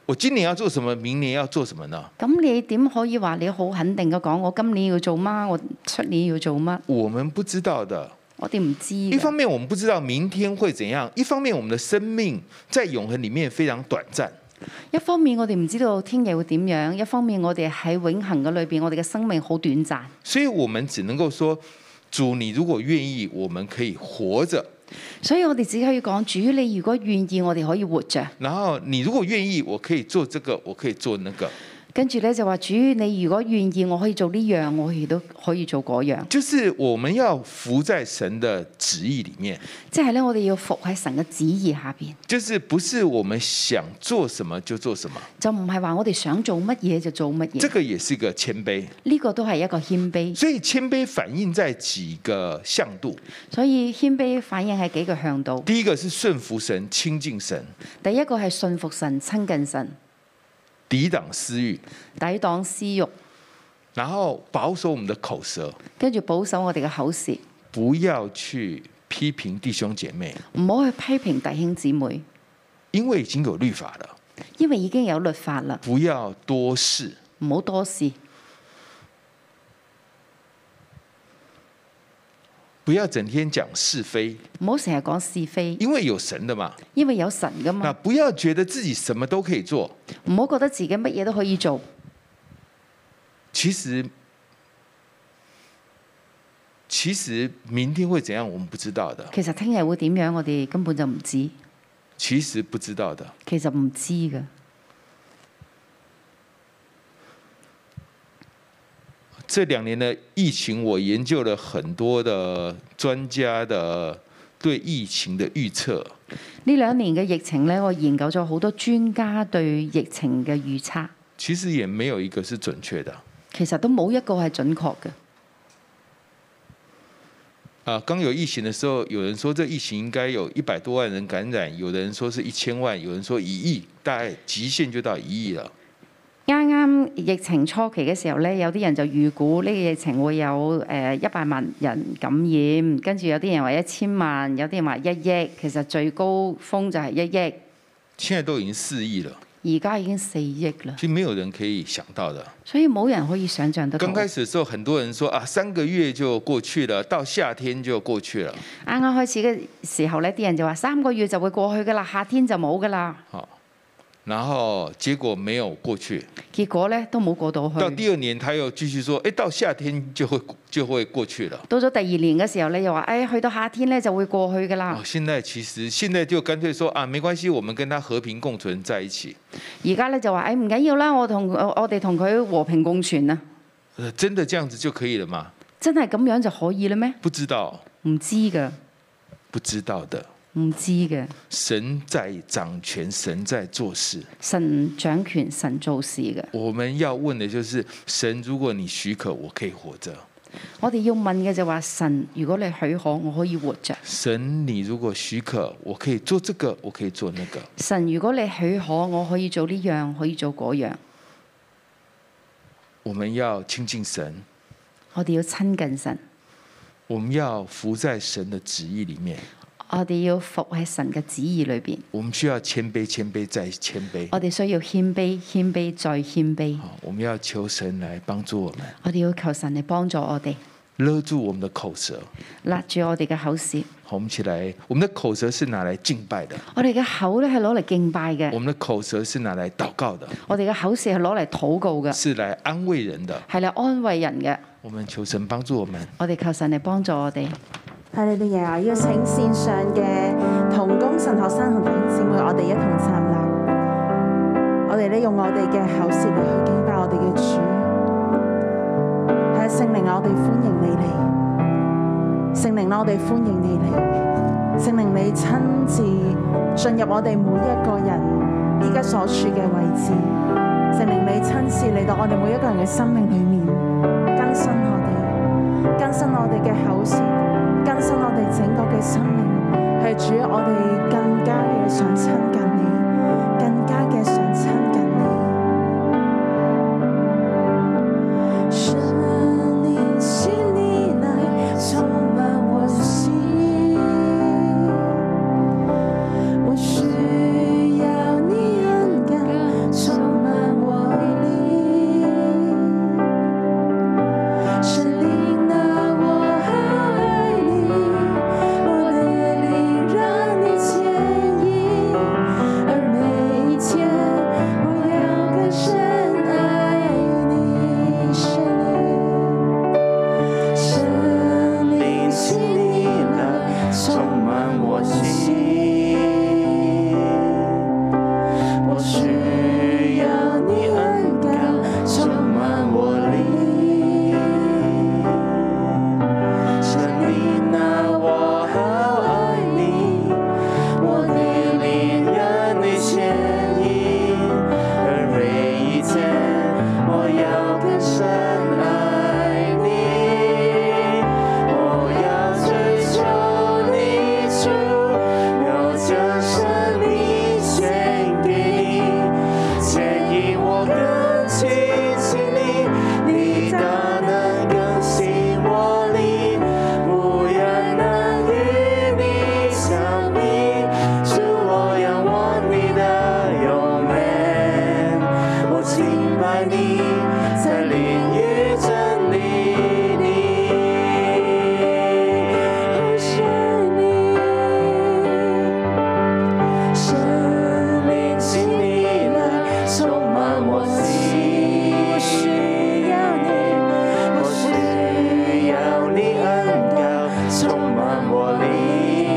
Speaker 2: 我今年要做什么，明年要做什么呢？
Speaker 3: 咁你點可以話你好肯定嘅講，我今年要做乜，我出年要做乜？
Speaker 2: 我们不知道的，
Speaker 3: 我哋唔知
Speaker 2: 一
Speaker 3: 嘅
Speaker 2: 方面我们不知道明天会怎样，一方面我们的生命在永恒里面非常短暂。
Speaker 3: 一方面我哋唔知道天氣會點樣，一方面我哋喺永恆嘅裏邊，我哋嘅生命好短暫，
Speaker 2: 所以我们只能够说，主，你如果愿意，我们可以活着；
Speaker 3: 所以我哋只可以講主，你如果願意，我哋可以活着。
Speaker 2: 然后你如果愿意，我可以做这个，我可以做那个。
Speaker 3: 跟住咧就話主，你如果願意，我可以做呢樣，我亦都可以做嗰樣。
Speaker 2: 就是我们要服在神的旨意里面，
Speaker 3: 即係咧，我哋要服喺神嘅旨意下邊，
Speaker 2: 就是不是我们想做什么就做什么，
Speaker 3: 就唔係話我哋想做乜嘢就做乜
Speaker 2: 这
Speaker 3: 嘢。
Speaker 2: 个也是一个谦卑。
Speaker 3: 呢個都係一個謙卑，
Speaker 2: 所以谦卑反映在几个向度，
Speaker 3: 所以謙卑反映喺幾個向度。
Speaker 2: 第一个是顺服神、亲近神、
Speaker 3: 第一個係信服神、親近神、
Speaker 2: 抵挡私欲，
Speaker 3: 抵擋私欲，
Speaker 2: 然后保守我们的口舌，
Speaker 3: 跟住保守我哋嘅口舌，
Speaker 2: 不要去批评弟兄姐妹，
Speaker 3: 唔好去批評弟兄姊妹，
Speaker 2: 因为已经有律法了，
Speaker 3: 因為已經有律法啦，
Speaker 2: 不要多事。
Speaker 3: 唔好多事，
Speaker 2: 不要整天讲是非，
Speaker 3: 唔好成日講是非，
Speaker 2: 因为有神的嘛。
Speaker 3: 因為有神噶
Speaker 2: 那
Speaker 3: 嘛，
Speaker 2: 不要觉得自己什么都可以做，
Speaker 3: 唔好覺得自己乜嘢都可以做。
Speaker 2: 其实，其实明天会怎样，我们不知道的，
Speaker 3: 其實聽日會點樣，我哋根本就唔知，
Speaker 2: 其实不知道的。
Speaker 3: 其實唔知嘅。
Speaker 2: 这两年的疫情，我研究了很多的专家的对疫情的预测，
Speaker 3: 呢兩年嘅疫情呢，我研究咗好多專家對疫情嘅預測，
Speaker 2: 其实也没有一个是准确的。
Speaker 3: 其實都冇一個係準確嘅。
Speaker 2: 啊，刚有疫情的时候，有人说这疫情应该有一百多万人感染，有的人说是一千万，有人说一亿，大概极限就到一亿了。
Speaker 3: 啱啱疫情初期嘅時候呢，有啲人就預估呢個疫情會有誒一百萬人感染，跟住有啲人話一千萬，有啲人話一億，其實最高峰就係一
Speaker 2: 现在都已经四亿了，
Speaker 3: 億，而家已經四億啦
Speaker 2: 其，实没有人可以想到的。
Speaker 3: 所以冇人可以想像得到。
Speaker 2: 刚开
Speaker 3: 啱
Speaker 2: 始的时候，很多人说啊，三个月就过去了，到夏天就过去了。
Speaker 3: 啱開始嘅時候呢，啲人就話三個月就會過去噶啦，夏天就冇噶啦，
Speaker 2: 好，然后结果没有过去，
Speaker 3: 結果呢，都冇過到
Speaker 2: 到
Speaker 3: 去。
Speaker 2: 第二年他又继续说，哎，到夏天就会就会过去了。
Speaker 3: 到咗第二年嘅時候咧，又話：，誒、哎去到夏天咧就會過去㗎
Speaker 2: 啊
Speaker 3: 啦，。
Speaker 2: 现在其实现在就干脆说啊，没关系，我们跟他和平共存在一起。
Speaker 3: 而家咧就話：，誒、哎唔緊要啦，我同我我哋同佢和平共存啊！
Speaker 2: 呃，真的这样子就可以了吗？
Speaker 3: 真係咁樣就可以啦咩？
Speaker 2: 不知道，
Speaker 3: 唔知㗎，
Speaker 2: 不知道的。
Speaker 3: 唔知㗎。
Speaker 2: 神在掌权，神在做事。
Speaker 3: 神掌權，神做事㗎。
Speaker 2: 我们要问的就是，神，如果你许可，我可以活着；
Speaker 3: 我哋要問嘅就話：神，如果你許可，我可以活着；
Speaker 2: 神，你如果许可，我可以做这个，我可以做那个。
Speaker 3: 神，如果你許可，我可以做呢樣，可以做嗰樣。
Speaker 2: 我们要亲近神，
Speaker 3: 我哋要親近神，
Speaker 2: 我们要服在神的旨意里面。
Speaker 3: 我哋要服喺神嘅旨意裏邊。
Speaker 2: 我们需要谦卑，谦卑再谦卑。
Speaker 3: 我哋需要謙卑，謙卑再謙卑。
Speaker 2: 好，我们要求神来帮助我们，
Speaker 3: 我哋要求神嚟幫助我哋，
Speaker 2: 勒住我们的口舌。
Speaker 3: 勒住我哋嘅口舌。
Speaker 2: 好，我们起来，我们的口舌是拿来敬拜的，
Speaker 3: 我哋嘅口咧係攞嚟敬拜
Speaker 2: 我
Speaker 3: 嘅，
Speaker 2: 们的口舌是拿来祷告的，
Speaker 3: 我哋嘅口舌係攞嚟禱告嘅，
Speaker 2: 是来安慰人的。
Speaker 3: 係嚟安慰人嘅。
Speaker 2: 我们求神帮助我们。
Speaker 3: 我哋求神嚟幫助我哋。
Speaker 4: 哈利路亞！邀請線上嘅童工、神學生同弟兄姊妹，我哋一同站立。我哋咧用我哋嘅口舌嚟去敬拜我哋嘅主。係聖靈啊，我哋歡迎你嚟。聖靈啊，我哋歡迎你嚟。聖靈，你親自進入我哋每一個人依家所處嘅位置。聖靈，你親自嚟到我哋每一個人嘅生命裏面，更新我哋。更新我哋嘅口舌，更新我哋整個嘅生命，係主，我哋更加嘅想親近你，更加嘅想親近你。神，你心里來充滿我心，我需要你恩感充滿我靈。神靈啊，我愛你，
Speaker 5: 爱你，在灵与真理里，我想你，神灵，请你来充满我心，我需要你，我需要你恩膏充满我灵。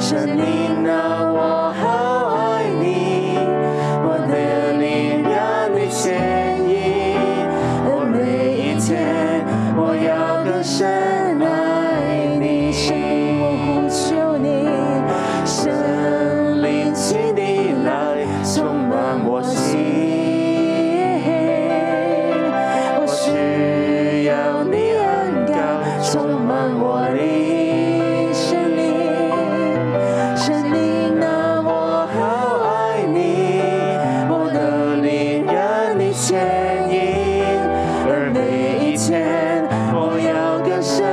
Speaker 5: 神灵啊，我好爱你，我的灵让你牵引，我每一天我要更深爱你。我呼求你，神灵，请你来充满我心。我需要你恩膏充满我灵，神灵，神灵啊，我好爱你，我的灵让你牵引，而每一天我要更深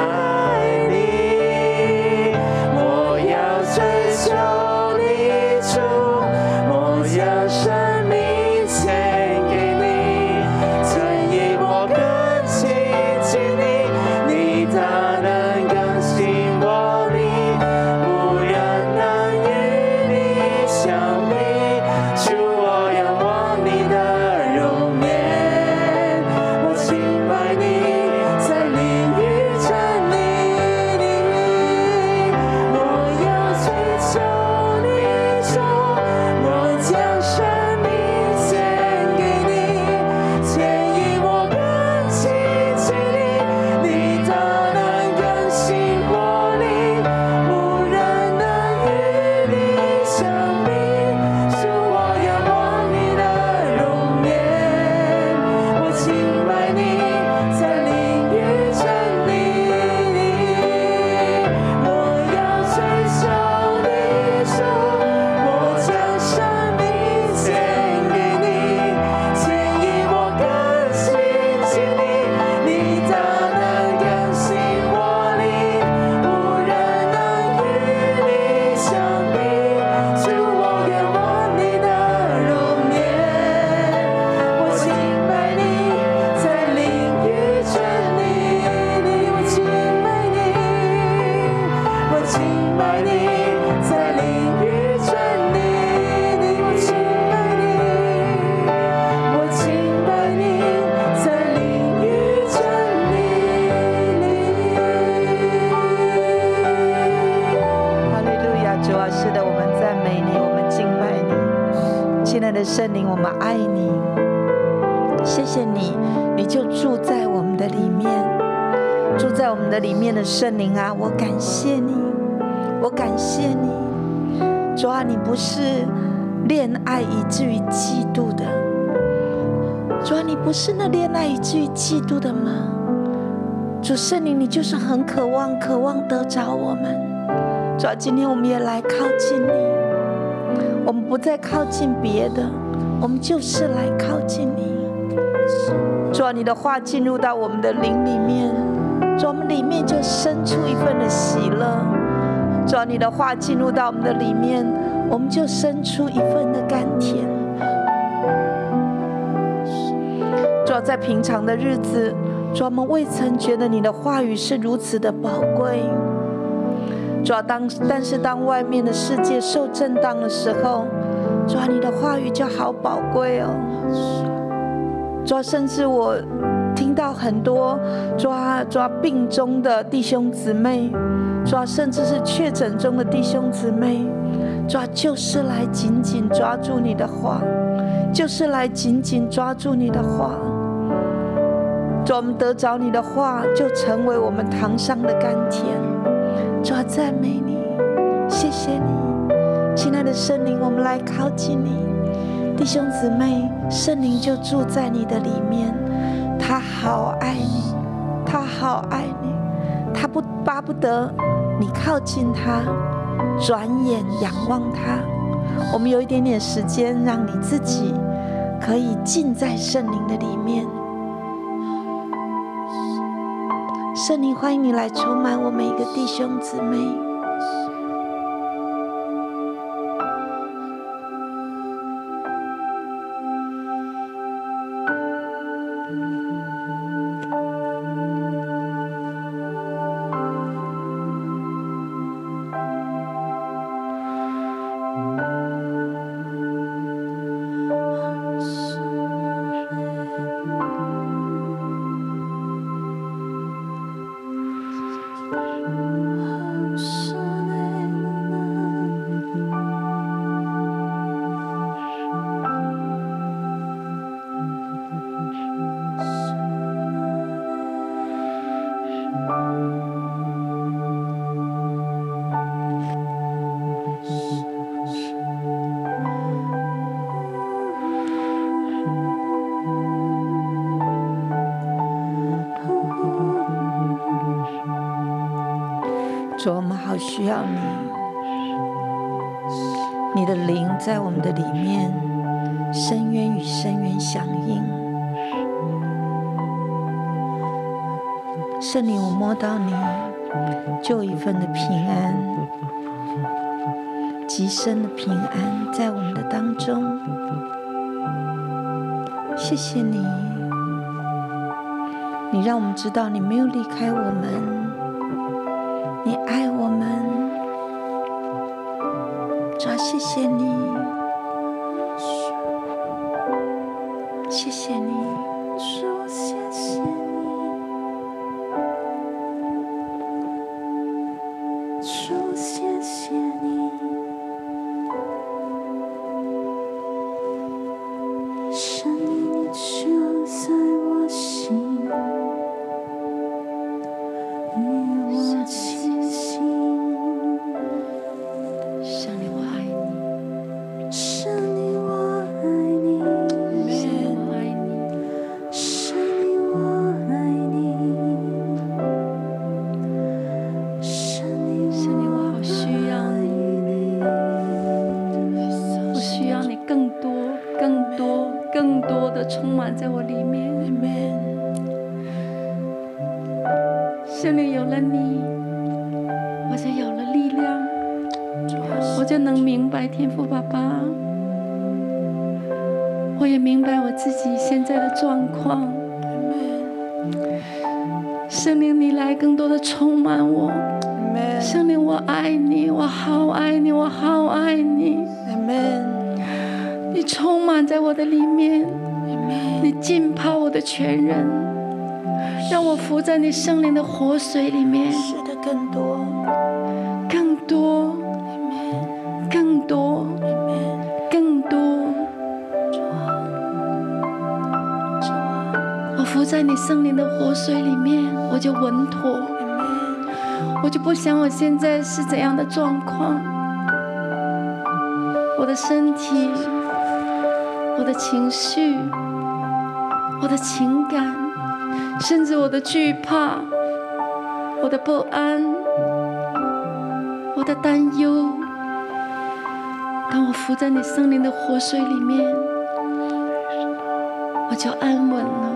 Speaker 5: 爱你，我要追求你主，我要生命献给你，曾以我更亲近你，你大能更新我你，无人能与你相比，主我仰望你的容颜，我敬拜你，在灵与真理里，我要追求你主，我将生命献给你，牵引我更亲近你，你的能更新我灵，无人能与你相比，主我仰望你的容颜，我敬拜你，在灵与真理里。我要追求你手，我将生命献给你，牵引我更亲近你，你大能更新我灵，无人能与你相比，主我仰望你的容颜，我敬拜你，在灵与真理里，我敬拜你。我敬拜你，在灵与真理里，我敬拜你，我敬拜你，在灵与真理里。
Speaker 6: 哈利路亚，主啊，是的，我们赞美你，我们敬拜你，亲爱的圣灵，我们爱你，谢谢你，你就住在我们的里面，住在我们的里面的圣灵啊，我感谢你，我感谢你，主啊，你不是恋爱以至于嫉妒的，主啊，你不是那恋爱以至于嫉妒的吗？主圣灵，你就是很渴望，渴望得着我们。主啊，今天我们也来靠近你，我们不再靠近别的，我们就是来靠近你。主啊，你的话进入到我们的灵里面，主啊我们里面就生出一份的喜乐。主啊，你的话进入到我们的里面，我们就生出一份的甘甜。主啊，在平常的日子，主啊，我们未曾觉得你的话语是如此的宝贵。主要当但是当外面的世界受震荡的时候，主啊要你的话语就好宝贵哦。主要甚至我听到很多抓抓啊病中的弟兄姊妹，主要甚至是确诊中的弟兄姊妹，主要就是来紧紧抓住你的话，就是来紧紧抓住你的话。主，啊我们得着你的话，就成为我们堂上的甘甜。主啊，赞美你，谢谢你，亲爱的圣灵，我们来靠近你，弟兄姊妹，圣灵就住在你的里面，他好爱你，他好爱你，他不巴不得你靠近他，转眼仰望他。我们有一点点时间，让你自己可以浸在圣灵的里面。圣灵，欢迎你来充满我每一个弟兄姊妹。
Speaker 5: 需要你，你的灵在我们的里面，深渊与深渊相应。圣灵，我摸到你，就有一份的平安，极深的平安在我们的当中。谢谢你，你让我们知道你没有离开我们。你爱我们，主啊，谢谢你，谢谢你，主，啊谢谢你，主，啊谢谢你，神，你就在我心。神灵，我爱你。神灵，我爱你。神灵，我爱你。神灵，我爱你。神灵，我好需要你。
Speaker 7: 我需要你更多、更多、更多的充满在我里面。圣灵有了你，我就有了力量，我就能明白天父爸爸，我也明白我自己现在的状况。圣灵，你来更多的充满我。圣灵，我爱你，我好爱你，我好爱你。你充满在我的里面，你浸泡我的全人，让我浮在你圣灵的活水里面，
Speaker 5: 是的，更多。
Speaker 7: 更多，更多，更多。我浮在你圣灵的活水里面，我就稳妥，我就不想我现在是怎样的状况，我的身体，我的情绪，我的情感，甚至我的惧怕，我的不安，我的担忧。当我浮在你森林的活水里面，我就安稳了。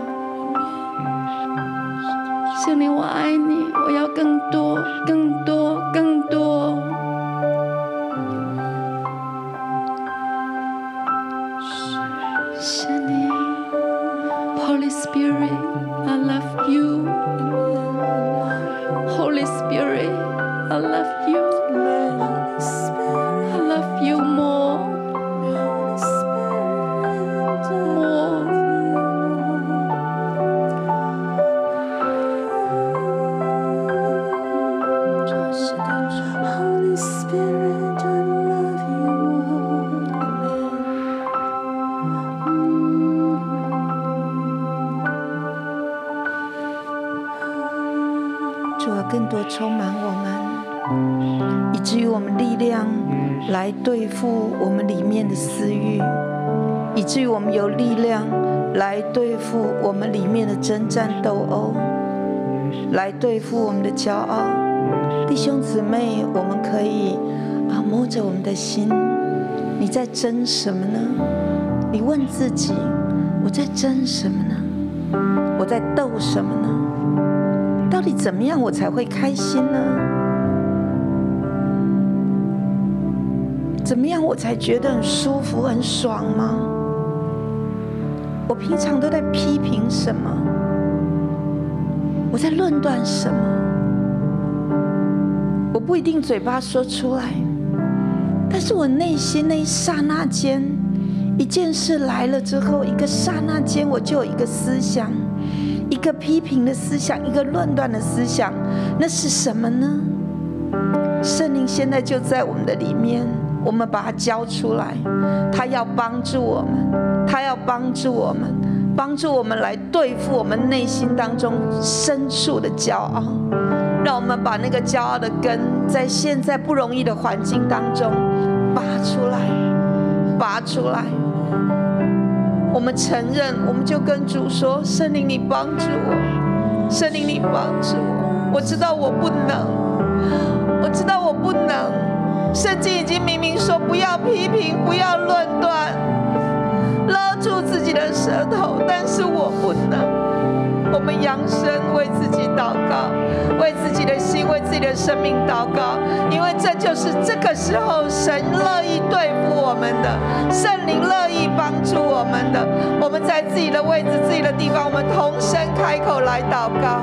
Speaker 7: 圣灵，我爱你，我要更多、更多、更多。圣灵，Holy Spirit, I love you. Holy Spirit, I love you. I love you more. More.
Speaker 5: 啊
Speaker 8: Holy Spirit, I love you.
Speaker 5: 主啊，更多充满我们，以至于我们力量来对付我们里面的私欲，以至于我们有力量来对付我们里面的征战斗殴，来对付我们的骄傲。弟兄姊妹，我们可以啊摸着我们的心，你在争什么呢？你问自己，我在争什么呢？我在斗什么呢？到底怎么样我才会开心呢？怎么样我才觉得很舒服、很爽吗？我平常都在批评什么？我在论断什么？我不一定嘴巴说出来，但是我内心那一刹那间，一件事来了之后，一个刹那间我就有一个思想。一个批评的思想，一个论断的思想，那是什么呢？圣灵现在就在我们的里面，我们把它交出来，他要帮助我们，他要帮助我们，帮助我们来对付我们内心当中深处的骄傲。让我们把那个骄傲的根，在现在不容易的环境当中拔出来，拔出来。我们承认，我们就跟主说：“圣灵，你帮助我，圣灵，你帮助我。我知道我不能，我知道我不能。圣经已经明明说不要批评，不要论断，勒住自己的舌头，但是我不能。我们扬声为自己祷告，为自己的心，为自己的生命祷告，因为这就是这个时候神乐意对付我们的，圣灵乐意帮助我们的。我们在自己的位置、自己的地方，我们同声开口来祷告。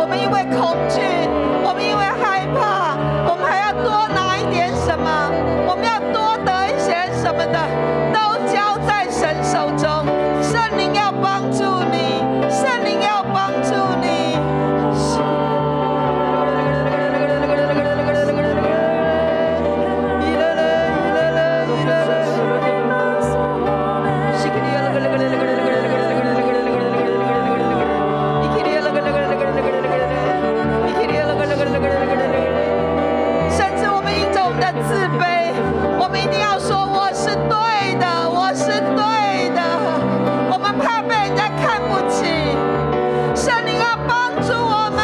Speaker 5: 我们因为恐惧，我们因为害怕，我们还要多拿一点什么，我们要多得一些什么的，都交在神手中。圣灵要帮助你，圣灵要帮助你。甚至我们因着我们的自卑，我们一定要说我是对的，我是对的。我们怕被人家看不起，圣灵要帮助我们，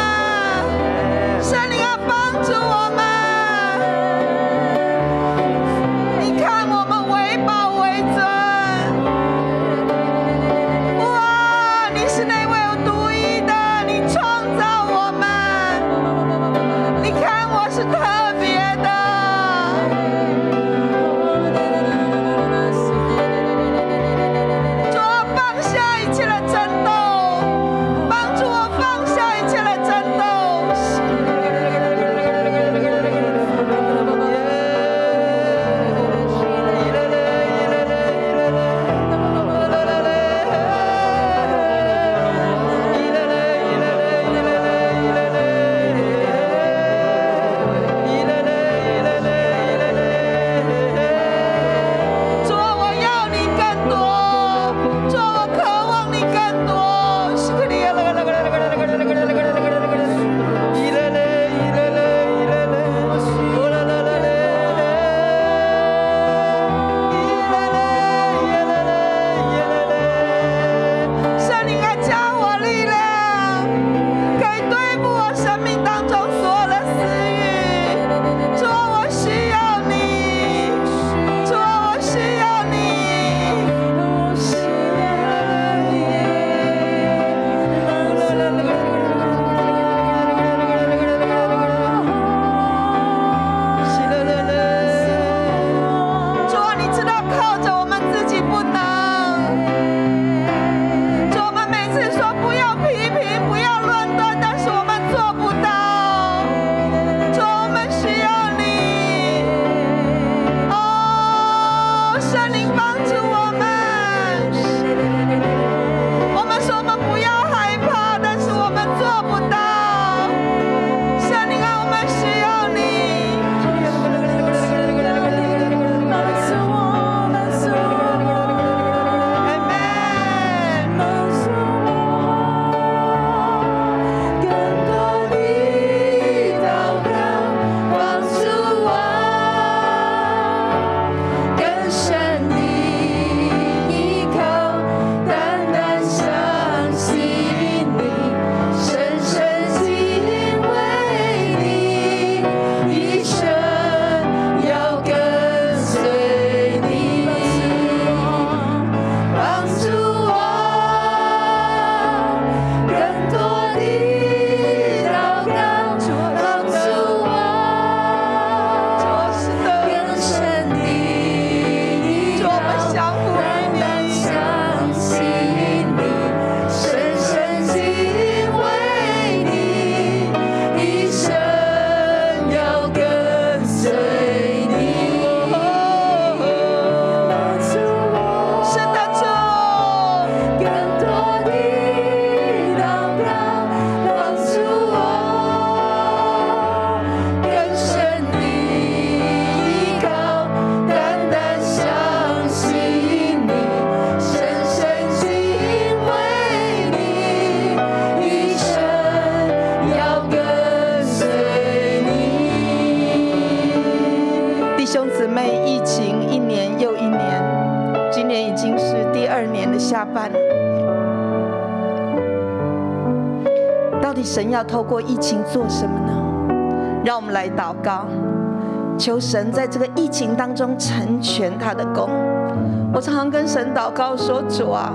Speaker 5: 圣灵要帮助我们。你看我们为宝为尊。哇！你是那位独一的，你创造我们。你看我是特别的。主啊，放下一切的争斗，帮助我放下啊哦班。到底神要透过疫情做什么呢？让我们来祷告，求神在这个疫情当中成全他的功。我常常跟神祷告说：“主啊，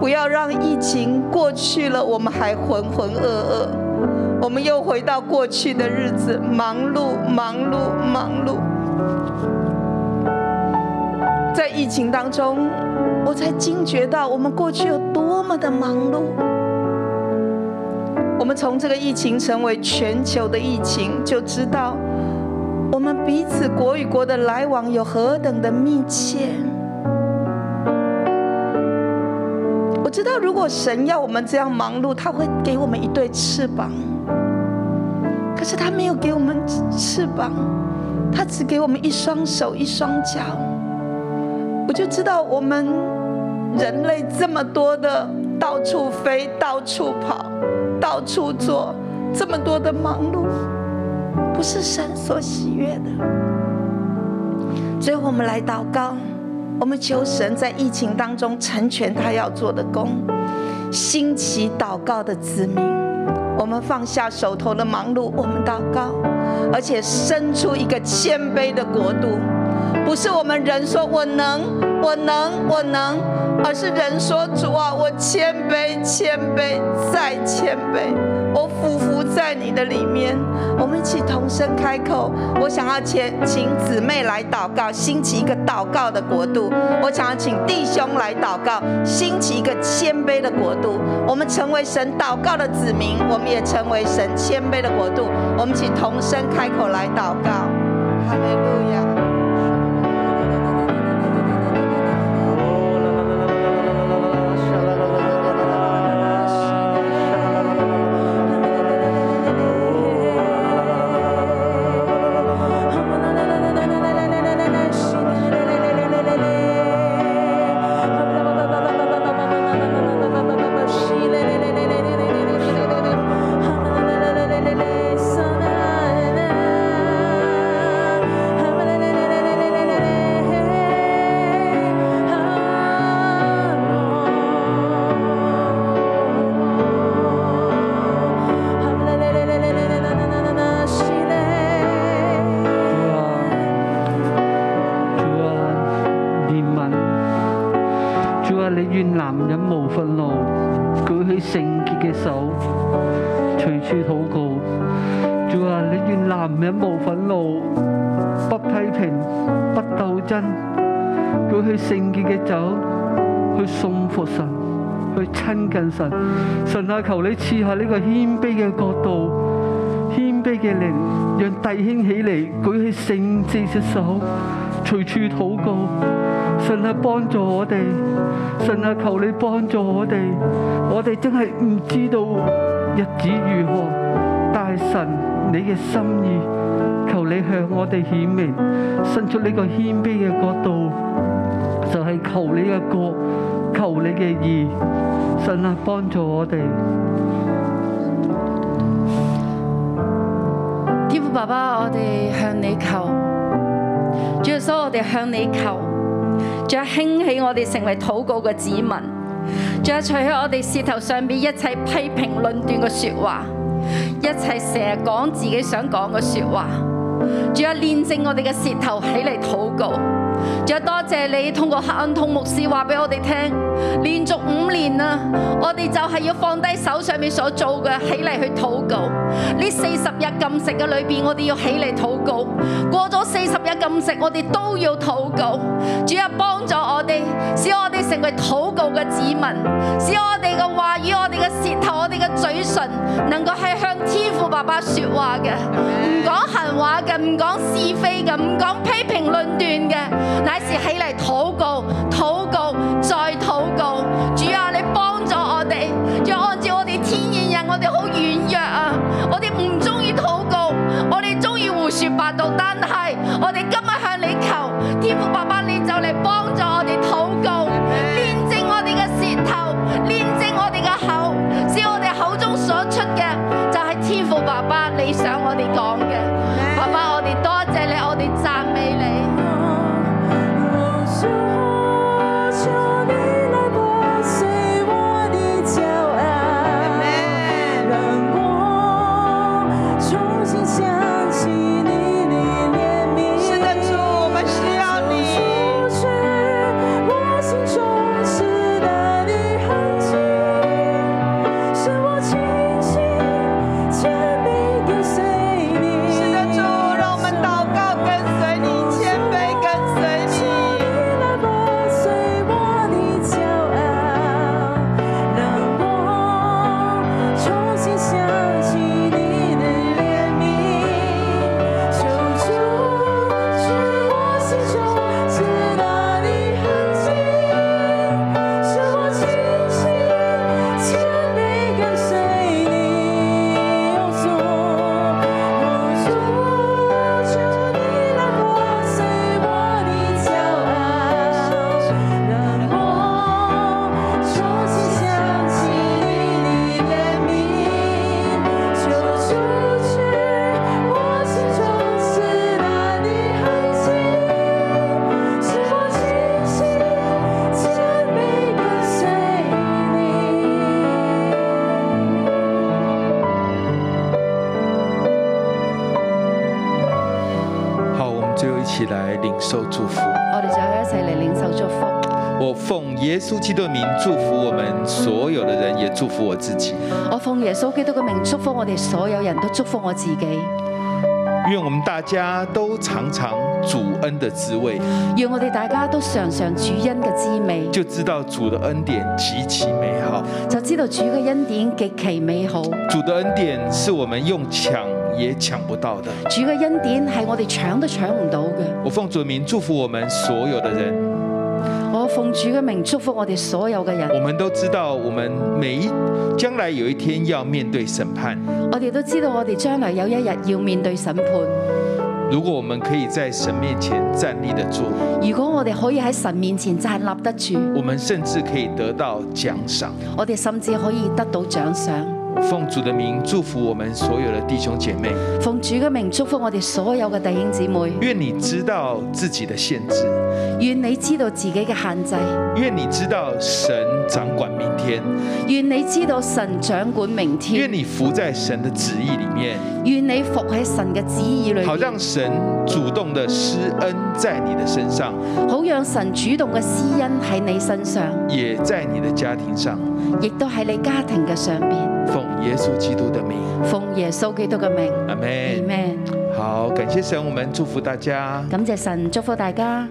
Speaker 5: 不要让疫情过去了，我们还浑浑噩噩，我们又回到过去的日子，忙碌，忙碌，忙碌。”在疫情当中，我才惊觉到我们过去有多么的忙碌。我们从这个疫情成为全球的疫情，就知道我们彼此国与国的来往有何等的密切。我知道，如果神要我们这样忙碌，他会给我们一对翅膀。可是他没有给我们翅膀，他只给我们一双手、一双脚。我就知道我们人类这么多的到处飞、到处跑、到处做，这么多的忙碌，不是神所喜悦的。所以我们来祷告，我们求神在疫情当中成全他要做的工，兴起祷告的子民。我们放下手头的忙碌，我们祷告，而且生出一个谦卑的国度。不是我们人说我能，我能，我能，而是人说主啊，我谦卑，谦卑，再谦卑，我匍匐在你的里面。我们一起同声开口，我想要请请姊妹来祷告，兴起一个祷告的国度；我想要请弟兄来祷告，兴起一个谦卑的国度。我们成为神祷告的子民，我们也成为神谦卑的国度。我们一起同声开口来祷告，哈利路亚。
Speaker 9: 主啊，怜悯，主啊，你愿男人無憤怒，舉起聖潔嘅手，隨處禱告。主啊，你愿男人無憤怒，不批評，不鬥爭，舉起聖潔嘅酒，去信服神，去親近神。神啊，求你賜下呢個謙卑嘅角度。谦卑嘅靈，讓弟兄起嚟，舉起聖潔嘅手，隨處禱告。神啊，幫助我哋！神啊，求你幫助我哋！我哋真係唔知道日子如何，但係神，你嘅心意，求你向我哋顯明，伸出呢個謙卑嘅角度，就係、求你嘅國，求你嘅義。神啊，幫助我哋！
Speaker 7: 天父爸爸，我哋向你求，主耶穌，我哋向你求，主啊，興起我哋成為禱告嘅子民，主啊，除去我哋舌頭上邊一切批評論斷嘅説話，一切成日講自己想講嘅説話，主啊，煉正我哋嘅舌頭起嚟禱告。仲有多謝你通過黑暗通牧師話俾我哋聽，連續五年啦，我哋就係要放低手上面所做嘅，起嚟去禱告。呢四十日禁食嘅裏邊，我哋要起嚟禱告。過咗四十日禁食，我哋都要禱告。主啊，幫助我哋，使我哋成為禱告嘅子民，使我哋嘅話語、我哋嘅舌頭、我哋嘅嘴唇，能夠係向天父爸爸說話嘅，唔講閒話嘅，唔講是非嘅，唔講批評論斷嘅，乃是起嚟禱告、禱告再禱告。主啊，你幫助我哋，要按照我哋天然人，我哋好軟弱啊，我哋唔中意禱告，我哋中意胡說八道，但係我哋今日向你求，天父爸爸你就嚟幫助我哋禱告，煉正我哋嘅舌頭，煉正我哋嘅口，使我哋口中所出嘅就係天父爸爸你想我哋講嘅。爸爸，我哋多謝你，我哋讚美你。
Speaker 8: 求你来破碎
Speaker 4: 啊
Speaker 2: 起来领受祝福。
Speaker 3: 我哋就一齊嚟領受祝福。
Speaker 2: 我奉耶稣基督的名祝福我们所有的人，也祝福我自己。
Speaker 3: 我奉耶穌基督嘅名祝福我哋所有人都祝福我自己。
Speaker 2: 愿我们大家都尝尝主恩的滋味，
Speaker 3: 讓我哋大家都嘗嘗主恩嘅滋味，
Speaker 2: 就知道主的恩典极其美好。
Speaker 3: 就知道主嘅恩典極其美好。主
Speaker 2: 主的恩典是我们用抢也抢不到的。
Speaker 3: 嘅恩典係我哋搶都搶唔到嘅。
Speaker 2: 我奉主的名祝福我们所有的人。
Speaker 3: 我奉主嘅名祝福我哋所有嘅人。
Speaker 2: 我们都知道，我们每一将来有一天要面对审判。
Speaker 3: 我哋都知道我哋將來有一日要面對審判。
Speaker 2: 如果我们可以在神面前站立得住，
Speaker 3: 如果我哋可以喺神面前站立得住，
Speaker 2: 我们甚至可以得到奖赏。
Speaker 3: 我哋甚至可以得到獎賞。
Speaker 2: 我奉主的名祝福我们所有的弟兄姐妹。
Speaker 3: 奉主嘅名祝福我哋所有嘅弟兄姊妹。
Speaker 2: 愿你知道自己的限制，
Speaker 3: 願你知道自己嘅限制，
Speaker 2: 愿你知道神掌管明天，
Speaker 3: 願你知道神掌管明
Speaker 2: 愿
Speaker 3: 天，
Speaker 2: 你服在神的旨意里面，
Speaker 3: 願你服喺神嘅旨意裏面，
Speaker 2: 好让神主动的施恩在你的身上，
Speaker 3: 好讓神主動嘅施恩喺你身上，
Speaker 2: 也在你的家庭上。
Speaker 3: 亦都喺你家庭嘅上邊。
Speaker 2: 奉耶稣基督的名，
Speaker 3: 奉耶穌基督嘅名
Speaker 2: 阿门。
Speaker 3: ，Amen。
Speaker 2: 好，感谢神，我们祝福大家。
Speaker 3: 感謝神，祝福大家。